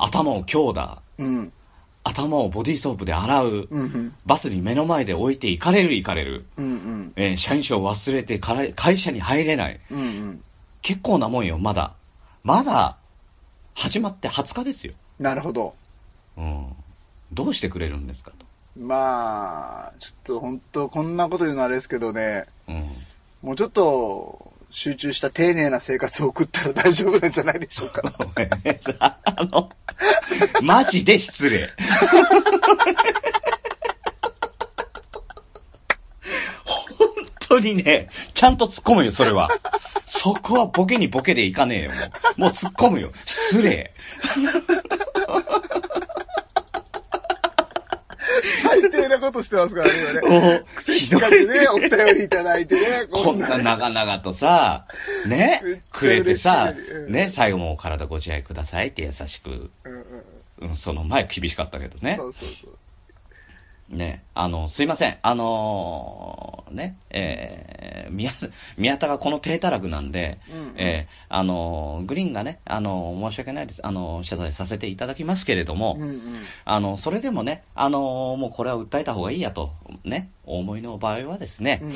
[SPEAKER 2] 頭を強打、
[SPEAKER 1] うん。うん。
[SPEAKER 2] 頭をボディーソープで洗う、
[SPEAKER 1] うんうん。
[SPEAKER 2] バスに目の前で置いていかれるいかれる、
[SPEAKER 1] うんうん。
[SPEAKER 2] えー社員証を忘れてから会社に入れない。
[SPEAKER 1] うんうん。
[SPEAKER 2] 結構なもんよ、まだ。まだ、始まって20日ですよ。
[SPEAKER 1] なるほど。
[SPEAKER 2] うん。どうしてくれるんですかと。
[SPEAKER 1] まあ、ちょっと本当こんなこと言うのはあれですけどね、
[SPEAKER 2] うん。
[SPEAKER 1] もうちょっと集中した丁寧な生活を送ったら大丈夫なんじゃないでしょうか。
[SPEAKER 2] ごめんねあの、マジで失礼。本当にね、ちゃんと突っ込むよ、それは。そこはボケにボケでいかねえよ、もう。もう突っ込むよ。失礼。
[SPEAKER 1] 最低なことしてますからね、今ね。
[SPEAKER 2] もうひ
[SPEAKER 1] し
[SPEAKER 2] ど
[SPEAKER 1] っかり
[SPEAKER 2] い。
[SPEAKER 1] ね、お便りいただいてね、
[SPEAKER 2] こんな長々とさ、ね
[SPEAKER 1] めっちゃ嬉しい、
[SPEAKER 2] くれてさ
[SPEAKER 1] う、ん
[SPEAKER 2] ね、最後もお体ご自愛くださいって優しく、
[SPEAKER 1] うんうん
[SPEAKER 2] うんその前厳しかったけどね。
[SPEAKER 1] そうそうそう。
[SPEAKER 2] ね、あの、すいません。あのーね、えー、宮、宮田がこの低たらくなんで、
[SPEAKER 1] うんうん
[SPEAKER 2] えーあのーグリーンがね、あのー申し訳ないです。あのー謝罪させていただきますけれども、
[SPEAKER 1] うんうん。
[SPEAKER 2] あの、それでもね、あのーもうこれは訴えた方がいいやと、ね、お思いの場合はですね、
[SPEAKER 1] うん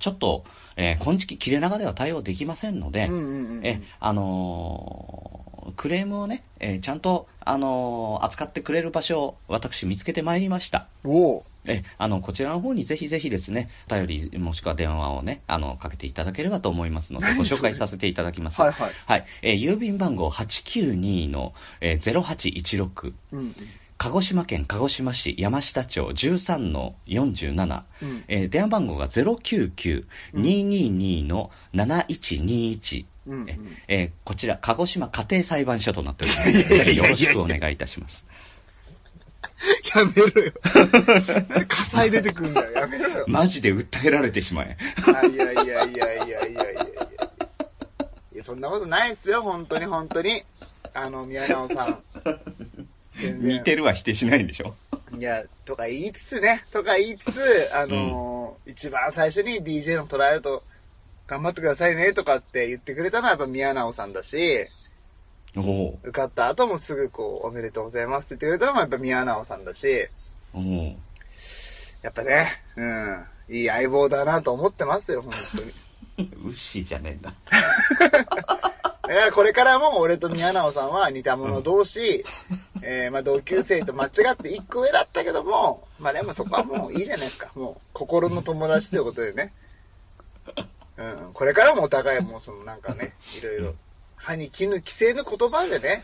[SPEAKER 2] ちょっと、えー、今時切れ長では対応できませんので、
[SPEAKER 1] うん。うんうんうん。
[SPEAKER 2] え、あのークレームをね、えーちゃんと、あのー扱ってくれる場所を私見つけてまいりました。
[SPEAKER 1] おう。
[SPEAKER 2] え、あの、こちらの方にぜひぜひですね、頼りもしくは電話をね、あの、かけていただければと思いますので、
[SPEAKER 1] 何
[SPEAKER 2] ご
[SPEAKER 1] それ
[SPEAKER 2] 紹介させていただきます。
[SPEAKER 1] はいはい。
[SPEAKER 2] はい。えー郵便番号892の、えー0816、
[SPEAKER 1] うんうん。
[SPEAKER 2] 鹿児島県鹿児島市山下町13の47、
[SPEAKER 1] うん
[SPEAKER 2] えー電話番号が099-222の7121、
[SPEAKER 1] うんうん。
[SPEAKER 2] えーこちら、鹿児島家庭裁判所となっておりますので、よろしくお願いいたします。
[SPEAKER 1] やめろよ。なんで火災出てくんだよ。やめろよ。
[SPEAKER 2] マジで訴えられてしまえ。
[SPEAKER 1] あいやいやいやいやいやいやいやいやそんなことないっすよ、本当に本当に。あの、宮直さん。全然
[SPEAKER 2] 似てるは否定しないんでしょ
[SPEAKER 1] いや、とか言いつつね、とか言いつつ、あのー一番最初に DJ のトライアウト、頑張ってくださいね、とかって言ってくれたのはやっぱ宮直さんだし、
[SPEAKER 2] おお
[SPEAKER 1] 受かった後もすぐこう、おめでとうございますって言ってくれたのもやっぱ宮直さんだし、
[SPEAKER 2] おお
[SPEAKER 1] やっぱね、うん。いい相棒だなと思ってますよ、本当に。
[SPEAKER 2] 牛じゃねえんだ。
[SPEAKER 1] だからこれからも俺と宮直さんは似た者同士、えー、まあ同級生と間違って一個上だったけども、まあでもそこはもういいじゃないですか。もう心の友達ということでね。うん、これからもお互いもうそのなんかね、いろいろ歯に絹着せぬ言葉でね、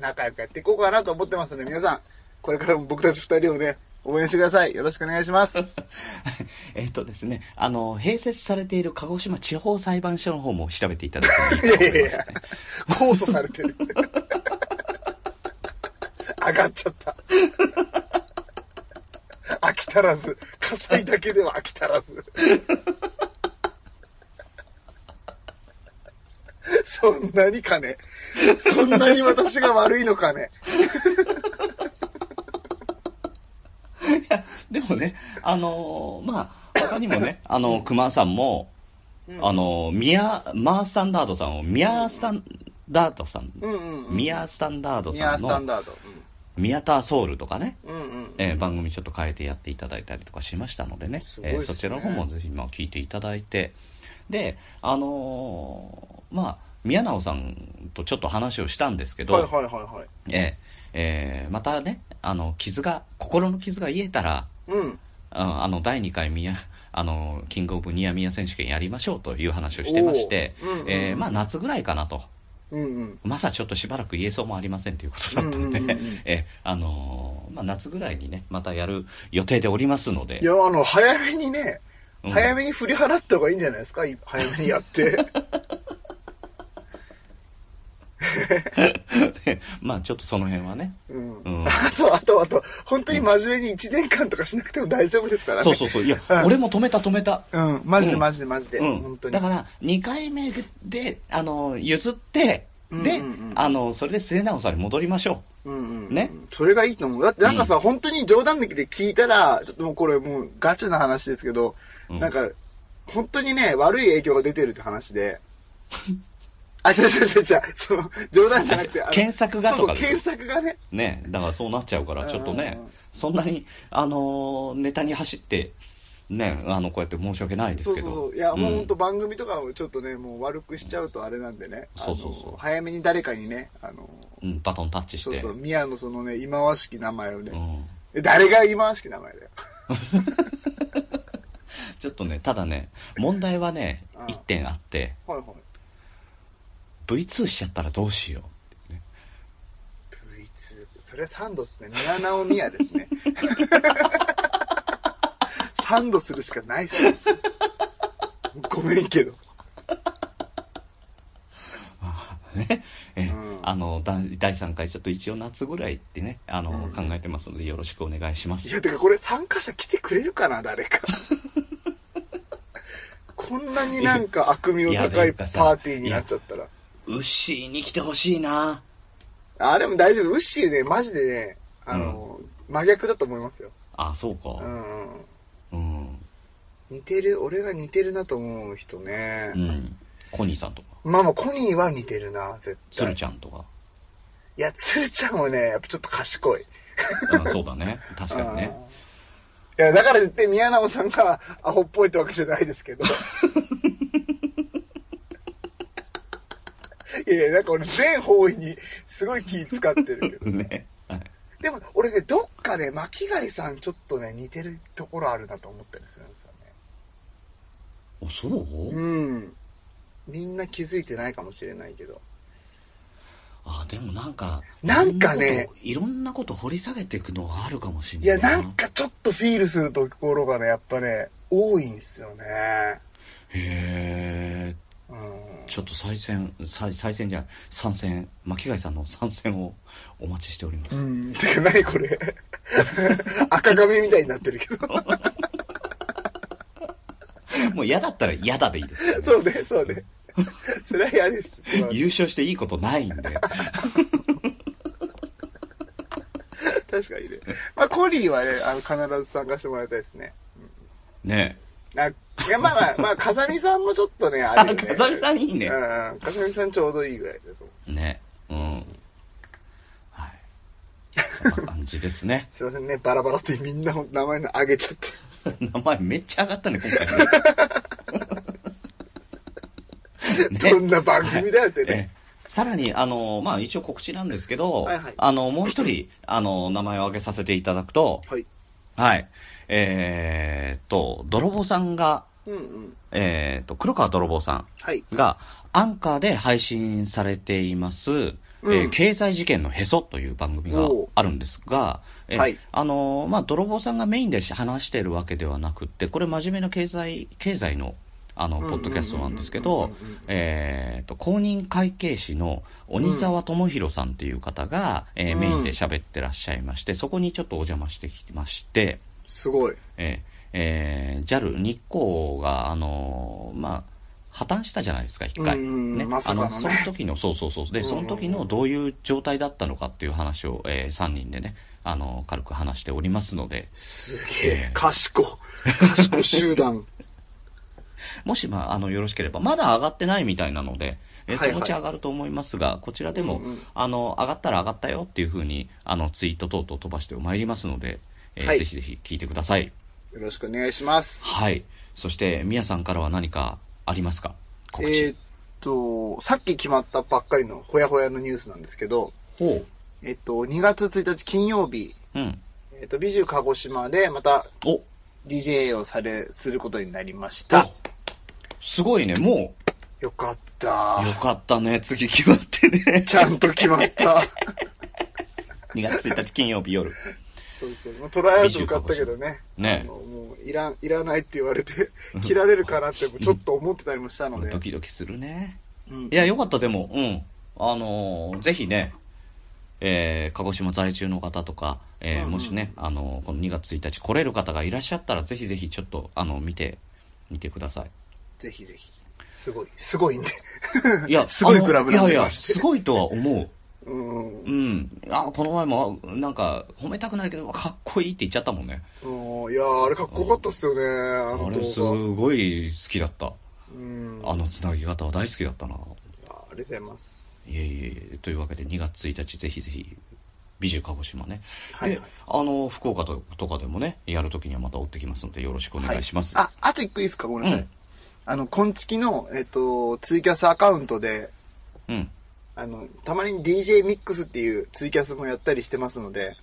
[SPEAKER 1] 仲良くやっていこうかなと思ってますので、皆さん、これからも僕たち二人をね、応援してください。よろしくお願いします。
[SPEAKER 2] えっとですね、あの、併設されている鹿児島地方裁判所の方も調べていただく
[SPEAKER 1] い
[SPEAKER 2] といいと思
[SPEAKER 1] やいや
[SPEAKER 2] い
[SPEAKER 1] い
[SPEAKER 2] ます
[SPEAKER 1] や。、控訴されてる。上がっちゃった。飽き足らず。火災だけでは飽き足らず。そんなにかね。そんなに私が悪いのかね。
[SPEAKER 2] いや、でもね、あのーまあ、他にもね、あのー、熊さんも、あのー、ミア、マースタンダードさんを、ミアースタンダードさん、
[SPEAKER 1] うんうんうん。
[SPEAKER 2] ミアースタンダード
[SPEAKER 1] ニア
[SPEAKER 2] さ
[SPEAKER 1] ースタン
[SPEAKER 2] んの、
[SPEAKER 1] ダード。
[SPEAKER 2] ミアターソウルとかね、
[SPEAKER 1] うんうんうん。
[SPEAKER 2] えー番組ちょっと変えてやっていただいたりとかしましたのでね、
[SPEAKER 1] すごい
[SPEAKER 2] え
[SPEAKER 1] っすね
[SPEAKER 2] ーそちらの方もぜひ、まあ、聞いていただいて、で、あのーまあ、宮直さんとちょっと話をしたんですけど、
[SPEAKER 1] はいはいはいはい。
[SPEAKER 2] えーえーまたね、あの、傷が、心の傷が癒えたら、
[SPEAKER 1] うん。
[SPEAKER 2] うんあの、第2回ミヤ、あの、キングオブニアミヤ選手権やりましょうという話をしてまして、
[SPEAKER 1] おーうんうんうん
[SPEAKER 2] えーまあ夏ぐらいかなと。
[SPEAKER 1] うんうん。
[SPEAKER 2] まだちょっとしばらく言えそうもありませんということだったんで、
[SPEAKER 1] うんうんうんうん
[SPEAKER 2] <laughs> えーあのーまあ夏ぐらいにね、またやる予定でおりますので
[SPEAKER 1] い、や、あの、早めにね、
[SPEAKER 2] うん
[SPEAKER 1] 早めに振り払った方がいいんじゃないですかい早めにやって。
[SPEAKER 2] で <laughs> まあちょっとその辺はね、
[SPEAKER 1] うん。
[SPEAKER 2] うん
[SPEAKER 1] <laughs> あと、あと、あと、本当に真面目に1年間とかしなくても大丈夫ですからね。
[SPEAKER 2] そうそうそう、いや、俺も止めた止めた。
[SPEAKER 1] うん、マジ
[SPEAKER 2] う
[SPEAKER 1] で
[SPEAKER 2] ん
[SPEAKER 1] マジでマジで。
[SPEAKER 2] うん
[SPEAKER 1] 本当、に。
[SPEAKER 2] だから2回目で、あのー譲って、で、
[SPEAKER 1] うんうんうん
[SPEAKER 2] あのーそれで末直さんに戻りましょ
[SPEAKER 1] うんうんうん
[SPEAKER 2] ね
[SPEAKER 1] それがいいと思う。だってなんかさ、本当に冗談抜きで聞いたら、ちょっともうこれもうガチな話ですけど、
[SPEAKER 2] うん
[SPEAKER 1] なんか、本当にね、悪い影響が出てるって話で。あ、違う違う違う違う。その、冗談じゃなくて、あの
[SPEAKER 2] 検索が
[SPEAKER 1] そ
[SPEAKER 2] と
[SPEAKER 1] うそ
[SPEAKER 2] か
[SPEAKER 1] う、
[SPEAKER 2] で
[SPEAKER 1] 検索がね。
[SPEAKER 2] う。ね、だからそうなっちゃうから、ちょっとね
[SPEAKER 1] うんうんうん、
[SPEAKER 2] そんなに、あのーネタに走って、ね、あの、こうやって申し訳ないで
[SPEAKER 1] そ
[SPEAKER 2] す
[SPEAKER 1] う
[SPEAKER 2] け
[SPEAKER 1] そ
[SPEAKER 2] ど。
[SPEAKER 1] うそう。いや、もう本当
[SPEAKER 2] ん
[SPEAKER 1] 番組とかをちょっとね、もう悪くしちゃうとあれなんでね。あの
[SPEAKER 2] そうそうそう
[SPEAKER 1] 早めに誰かにね、あの、
[SPEAKER 2] うん、バトンタッチして。
[SPEAKER 1] そうそう、宮のそのね、忌まわしき名前をね
[SPEAKER 2] う。ん
[SPEAKER 1] え誰が忌まわしき名前だよ。
[SPEAKER 2] ちょっとね、ただね、問題はね、
[SPEAKER 1] うん
[SPEAKER 2] 1点あって、
[SPEAKER 1] はいはい。
[SPEAKER 2] V2 しちゃったらどうしようっていうね。
[SPEAKER 1] V2、それはサンドですね。宮直宮です <laughs> ね。サンドするしかないっすよ。ごめんけど。
[SPEAKER 2] <laughs> ねえ
[SPEAKER 1] うん
[SPEAKER 2] あの、だ第3回、ちょっと一応夏ぐらいってね、あの、考えてますので、よろしくお願いしま
[SPEAKER 1] い
[SPEAKER 2] す
[SPEAKER 1] や、。てかこれ参加者来てくれるかな、誰か。こんなになんか悪名高いパーティーになっちゃったら。
[SPEAKER 2] ウッシーに来てほしいな
[SPEAKER 1] あ、でも大丈夫。ウッシーね、マジでね、あの、真逆だと思いますよ。
[SPEAKER 2] あ、そう
[SPEAKER 1] う
[SPEAKER 2] か。
[SPEAKER 1] んうん。
[SPEAKER 2] うん。
[SPEAKER 1] 似てる、俺が似てるなと思う人ね
[SPEAKER 2] う。ん。コニーさんとか、
[SPEAKER 1] まあまあ、コニーは似てるな、絶
[SPEAKER 2] つ
[SPEAKER 1] 対。
[SPEAKER 2] るちゃんとか。
[SPEAKER 1] いや、つるちゃんはね、やっぱちょっと賢い。
[SPEAKER 2] うん、そうだね。確かにね。
[SPEAKER 1] いや、だから言って宮直さんがアホっぽいってわけじゃないです
[SPEAKER 2] <laughs>
[SPEAKER 1] けど。いやいや、なんか俺全方位にすごい気使ってるけど。
[SPEAKER 2] ね。はい。
[SPEAKER 1] でも俺ね、どっかね、巻貝さんちょっとね、似てるところあるなと思ったりするんですよね。
[SPEAKER 2] お、そう
[SPEAKER 1] うん。みんな気づいてないかもしれないけど。
[SPEAKER 2] あ、でもなんか、
[SPEAKER 1] なんかね
[SPEAKER 2] いろんなこと、いろんなこと掘り下げていくのはあるかもしれない
[SPEAKER 1] い。や、なん。かちょっとフィールするところがね、やっぱね、多いんすよね。
[SPEAKER 2] へえ。
[SPEAKER 1] うん。
[SPEAKER 2] ちょっと再戦、再、再戦じゃない、参戦、巻貝さんの <laughs> 参戦をお待ちしております。
[SPEAKER 1] うん。てか、何これ。 <laughs> 赤髪みたいになってるけど。
[SPEAKER 2] もう嫌だったら嫌だでいいです。
[SPEAKER 1] そうね、そ
[SPEAKER 2] <laughs>
[SPEAKER 1] うね。それは嫌です。
[SPEAKER 2] 優勝していいことないん
[SPEAKER 1] <laughs>
[SPEAKER 2] で。
[SPEAKER 1] 確かにね。まあ、コリーはね、あの、必ず参加してもらいたいですね。
[SPEAKER 2] ね
[SPEAKER 1] あいや、まあまあ、まあ、風見さんもちょっとね、あ
[SPEAKER 2] あ、
[SPEAKER 1] れよね。
[SPEAKER 2] かざみさんいいね。
[SPEAKER 1] うんうん。風見さんちょうどいいぐらいだと思う。
[SPEAKER 2] ね。うん。はい。そんな感じですね。 <laughs>
[SPEAKER 1] すいませんね、バラバラってみんな名前のあげちゃって。
[SPEAKER 2] 名前めっちゃ上がったね、今回ね。
[SPEAKER 1] どんな番組だよ
[SPEAKER 2] <laughs>
[SPEAKER 1] って
[SPEAKER 2] え
[SPEAKER 1] <laughs> ね。
[SPEAKER 2] えさらに、あの、まあ、一応告知なんですけど、
[SPEAKER 1] はいはい
[SPEAKER 2] あの、もう一人、あの、名前を挙げさせていただくと、
[SPEAKER 1] はい。
[SPEAKER 2] はい。えーっと、泥棒さんが、
[SPEAKER 1] うんうん。
[SPEAKER 2] えーっと、黒川泥棒さ
[SPEAKER 1] はい。
[SPEAKER 2] んが、アンカーで配信されています、
[SPEAKER 1] うん
[SPEAKER 2] えー経済事件のへそという番組が
[SPEAKER 1] おう
[SPEAKER 2] あるんですが、えー
[SPEAKER 1] はい
[SPEAKER 2] あのーまあ、泥棒さんがメインで話してるわけではなくって、これ真面目な経済、経済の、あの、
[SPEAKER 1] うん
[SPEAKER 2] ポッドキャストなんですけ
[SPEAKER 1] うん
[SPEAKER 2] ど
[SPEAKER 1] うんうんうんうん、
[SPEAKER 2] えーっと、公認会計士の鬼沢智弘さんっていう方が、えー
[SPEAKER 1] うん
[SPEAKER 2] メインで喋ってらっしゃいまして、そこにちょっとお邪魔してきまして、
[SPEAKER 1] すごい。
[SPEAKER 2] えーえー JAL 日光が、あのーまあ、破綻したじゃないですか、一回。
[SPEAKER 1] うんうんまさ
[SPEAKER 2] あ
[SPEAKER 1] かのね
[SPEAKER 2] の、その時の、そうそうそう。で、
[SPEAKER 1] うん
[SPEAKER 2] その時のどういう状態だったのかっていう話を、え3人でね、あのー軽く話しておりますので、
[SPEAKER 1] すげえ。賢。賢集団。
[SPEAKER 2] もし、まあ、あの、よろしければ、まだ上がってないみたいなので、えー
[SPEAKER 1] はいはい
[SPEAKER 2] そのうち上がると思いますが、こちらでも、
[SPEAKER 1] うんうん
[SPEAKER 2] あの、上がったら上がったよっていうふうに、あの、ツイート等々飛ばしてまいりますので、えー
[SPEAKER 1] はい
[SPEAKER 2] ぜひぜひ聞いてください。
[SPEAKER 1] よろしくお願いします。
[SPEAKER 2] はい。そして、みやさんからは何かありますか告知。
[SPEAKER 1] えーっと、さっき決まったばっかりのほやほやのニュースなんですけど、
[SPEAKER 2] ほう。
[SPEAKER 1] えっと、2月1日金曜日、
[SPEAKER 2] うん。
[SPEAKER 1] えっと、美獣鹿児島でまた
[SPEAKER 2] お、
[SPEAKER 1] DJ をされ、することになりました。
[SPEAKER 2] すごいね。も
[SPEAKER 1] よかっ
[SPEAKER 2] う、よ
[SPEAKER 1] た。
[SPEAKER 2] かったね。次決まって <laughs> ね。
[SPEAKER 1] ちゃんと決まった。
[SPEAKER 2] 2月1日金曜日夜。
[SPEAKER 1] そうそう。もうトライアウト受かったけどね。
[SPEAKER 2] ね
[SPEAKER 1] あのもう、いらん、いらないって言われて、切られるかなって、ちょっと思ってたりもしたので
[SPEAKER 2] ド。キドキするね。
[SPEAKER 1] うん
[SPEAKER 2] いや、よかった、でも、うん。あのーぜひね、えー、鹿児島在住の方とか、えー
[SPEAKER 1] うんうん
[SPEAKER 2] もしね、あのーこの2月1日来れる方がいらっしゃったら、ぜひぜひちょっと、あの、見て、見てください。
[SPEAKER 1] ぜひぜひ。すごい、すごいんで。
[SPEAKER 2] <laughs> いや
[SPEAKER 1] <laughs> すごいクラブ
[SPEAKER 2] あ
[SPEAKER 1] な
[SPEAKER 2] の
[SPEAKER 1] ん
[SPEAKER 2] い
[SPEAKER 1] で
[SPEAKER 2] やい
[SPEAKER 1] ま
[SPEAKER 2] や、
[SPEAKER 1] し
[SPEAKER 2] <laughs>
[SPEAKER 1] て
[SPEAKER 2] すごいとは思う。
[SPEAKER 1] うん。
[SPEAKER 2] うん。あ、この前も、なんか、褒めたくないけど、かっこいいって言っちゃったもんね。
[SPEAKER 1] うんいやー、あれかっこよかったっすよね、あ
[SPEAKER 2] あ
[SPEAKER 1] の
[SPEAKER 2] れ、す
[SPEAKER 1] 動画。
[SPEAKER 2] ごい好きだった。
[SPEAKER 1] うん。
[SPEAKER 2] あのつなぎ方は大好きだったな。
[SPEAKER 1] いやーありがとうございます。
[SPEAKER 2] いえいえ、というわけで2月1日ぜひぜひ、美獣鹿児島ね。
[SPEAKER 1] はい
[SPEAKER 2] であの、福岡ととかでもね、やるときにはまた追ってきますのでよろしくお願いします。
[SPEAKER 1] はあ、あと一個いいですかごめんなさい。
[SPEAKER 2] うん
[SPEAKER 1] あの、こんちきの、えっと、ツイキャスアカウントで、
[SPEAKER 2] うん。
[SPEAKER 1] あの、たまに DJ ミックスっていうツイキャスもやったりしてますので、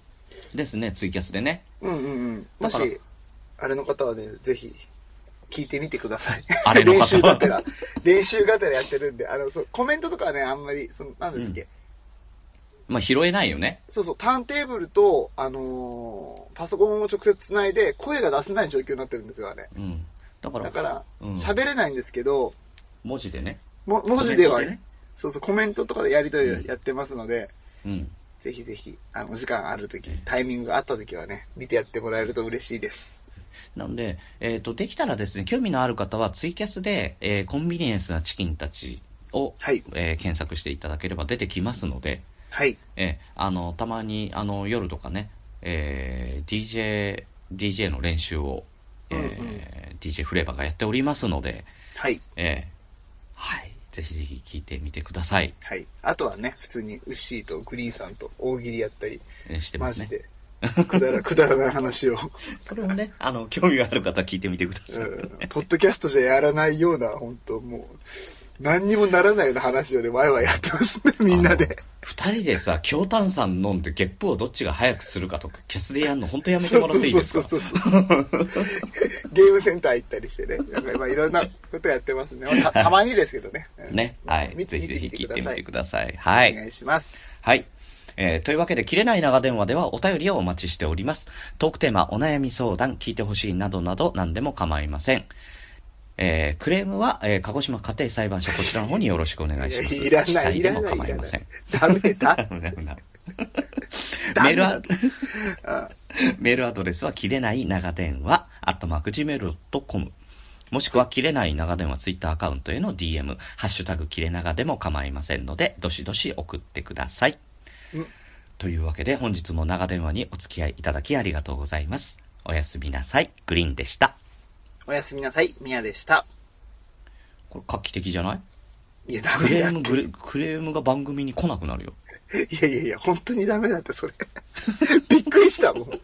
[SPEAKER 2] ですね、ツイキャスでね。
[SPEAKER 1] うんうんうん。も
[SPEAKER 2] だか
[SPEAKER 1] し、あれの方はね、ぜひ、聞いてみてください。
[SPEAKER 2] あれの方
[SPEAKER 1] 練習がてら、練習がてらやってるんで、あの、そう、コメントとかはね、あんまり、その、なんですっけ、
[SPEAKER 2] まあ、拾えないよね。
[SPEAKER 1] そうそう、ターンテーブルと、あのーパソコンを直接つないで、声が出せない状況になってるんですよ、あれ。
[SPEAKER 2] うん。だから、
[SPEAKER 1] だから、
[SPEAKER 2] うん
[SPEAKER 1] 喋、れないんですけど、
[SPEAKER 2] 文字でね。
[SPEAKER 1] も文字では
[SPEAKER 2] コメントでね
[SPEAKER 1] そうそう、コメントとかでやりとりをやってますので、
[SPEAKER 2] うん。
[SPEAKER 1] ぜひぜひ、あの、お時間あるとき、タイミングがあったときはね、見てやってもらえると嬉しいです。
[SPEAKER 2] なので、えっ、と、できたらですね、興味のある方はツイキャスで、えーコンビニエンスなチキンたちを、
[SPEAKER 1] はい
[SPEAKER 2] えー検索していただければ出てきますので、
[SPEAKER 1] はい。
[SPEAKER 2] えーあの、たまに、あの、夜とかね、えー DJ、DJ の練習を、えー
[SPEAKER 1] うん
[SPEAKER 2] DJ フレーバーがやっておりますので、
[SPEAKER 1] はい。
[SPEAKER 2] えーはい。ぜひぜひ聞いてみてください。
[SPEAKER 1] はい。あとはね、普通に、ウッシーとグリーンさんと大喜利やったり、
[SPEAKER 2] えーしてま
[SPEAKER 1] マ
[SPEAKER 2] す
[SPEAKER 1] ジ
[SPEAKER 2] ね。
[SPEAKER 1] で、
[SPEAKER 2] <laughs>
[SPEAKER 1] くだら、くだらない話を、
[SPEAKER 2] それをね、 <laughs> あの、興味がある方は聞いてみてくだ
[SPEAKER 1] う
[SPEAKER 2] さい。
[SPEAKER 1] ん、ポッドキャストじゃやらないような、本当もう、何にもならないような話をね、ワイワイやってますね、みんな
[SPEAKER 2] あの
[SPEAKER 1] で。。
[SPEAKER 2] 二人でさ、強炭酸飲んでゲップをどっちが早くするかとか、キャスでやんの本当やめてもらっていいですか
[SPEAKER 1] そうそうそうそうゲームセンター行ったりしてね、なんか今いろんなことやってますね。たたまにですけどね。うん
[SPEAKER 2] ね。はい。
[SPEAKER 1] 見
[SPEAKER 2] ぜひぜひ聞いてみて
[SPEAKER 1] く
[SPEAKER 2] ください。は
[SPEAKER 1] お願
[SPEAKER 2] い。
[SPEAKER 1] いします。
[SPEAKER 2] はい。えーというわけで、切れない長電話ではお便りをお待ちしております。トークテーマ、お悩み相談、聞いてほしいなどなど、何でも構いません。えークレームは、えー鹿児島家庭裁判所、こちらの方によろしくお願いします。
[SPEAKER 1] いやいら
[SPEAKER 2] 記
[SPEAKER 1] な
[SPEAKER 2] 載
[SPEAKER 1] い、い
[SPEAKER 2] で
[SPEAKER 1] ら
[SPEAKER 2] も
[SPEAKER 1] ない、い
[SPEAKER 2] 構い
[SPEAKER 1] ら
[SPEAKER 2] ま
[SPEAKER 1] な
[SPEAKER 2] せ
[SPEAKER 1] い
[SPEAKER 2] ん。。
[SPEAKER 1] ダメだ。
[SPEAKER 2] ダメ <laughs> だ
[SPEAKER 1] ダ
[SPEAKER 2] メー
[SPEAKER 1] メ
[SPEAKER 2] ル
[SPEAKER 1] だ
[SPEAKER 2] ア、 <laughs> メールアドレスは切れない長電話、アットマーク Gmail.com。もしくは、切れない長電話ツイッターアカウントへの DM、ハッシュタグ切れ長でも構いませんので、どしどし送ってください。というわけで、本日も長電話にお付き合いいただきありがとうございます。おやすみなさい。グリーンでした。
[SPEAKER 1] おやすみなさい、ミヤでした。
[SPEAKER 2] これ画期的じゃない
[SPEAKER 1] いや、ダ
[SPEAKER 2] ク
[SPEAKER 1] メ
[SPEAKER 2] レ
[SPEAKER 1] だ
[SPEAKER 2] ー。ム、グレクレームが番組に来なくなるよ。
[SPEAKER 1] いやいやいや、本当にダメだって、それ。 <laughs> びっくりしたもん。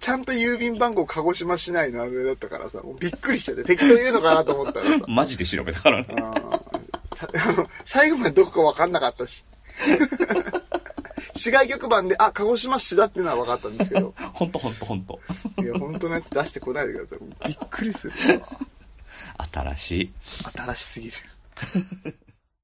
[SPEAKER 1] ちゃんと郵便番号鹿児島市内のあれだったからさ、もうびっくりしちゃって適当言うのかなと思ったらさ。
[SPEAKER 2] マジで調べたからね。
[SPEAKER 1] さ最後までどこか分かんなかったし。市外局番で、あ、鹿児島市だってのは分かったんですけど。
[SPEAKER 2] ほんとほんとほんと。
[SPEAKER 1] いや、本当のやつ出してこないでください。びっくりする。
[SPEAKER 2] 新しい。
[SPEAKER 1] 新しすぎる。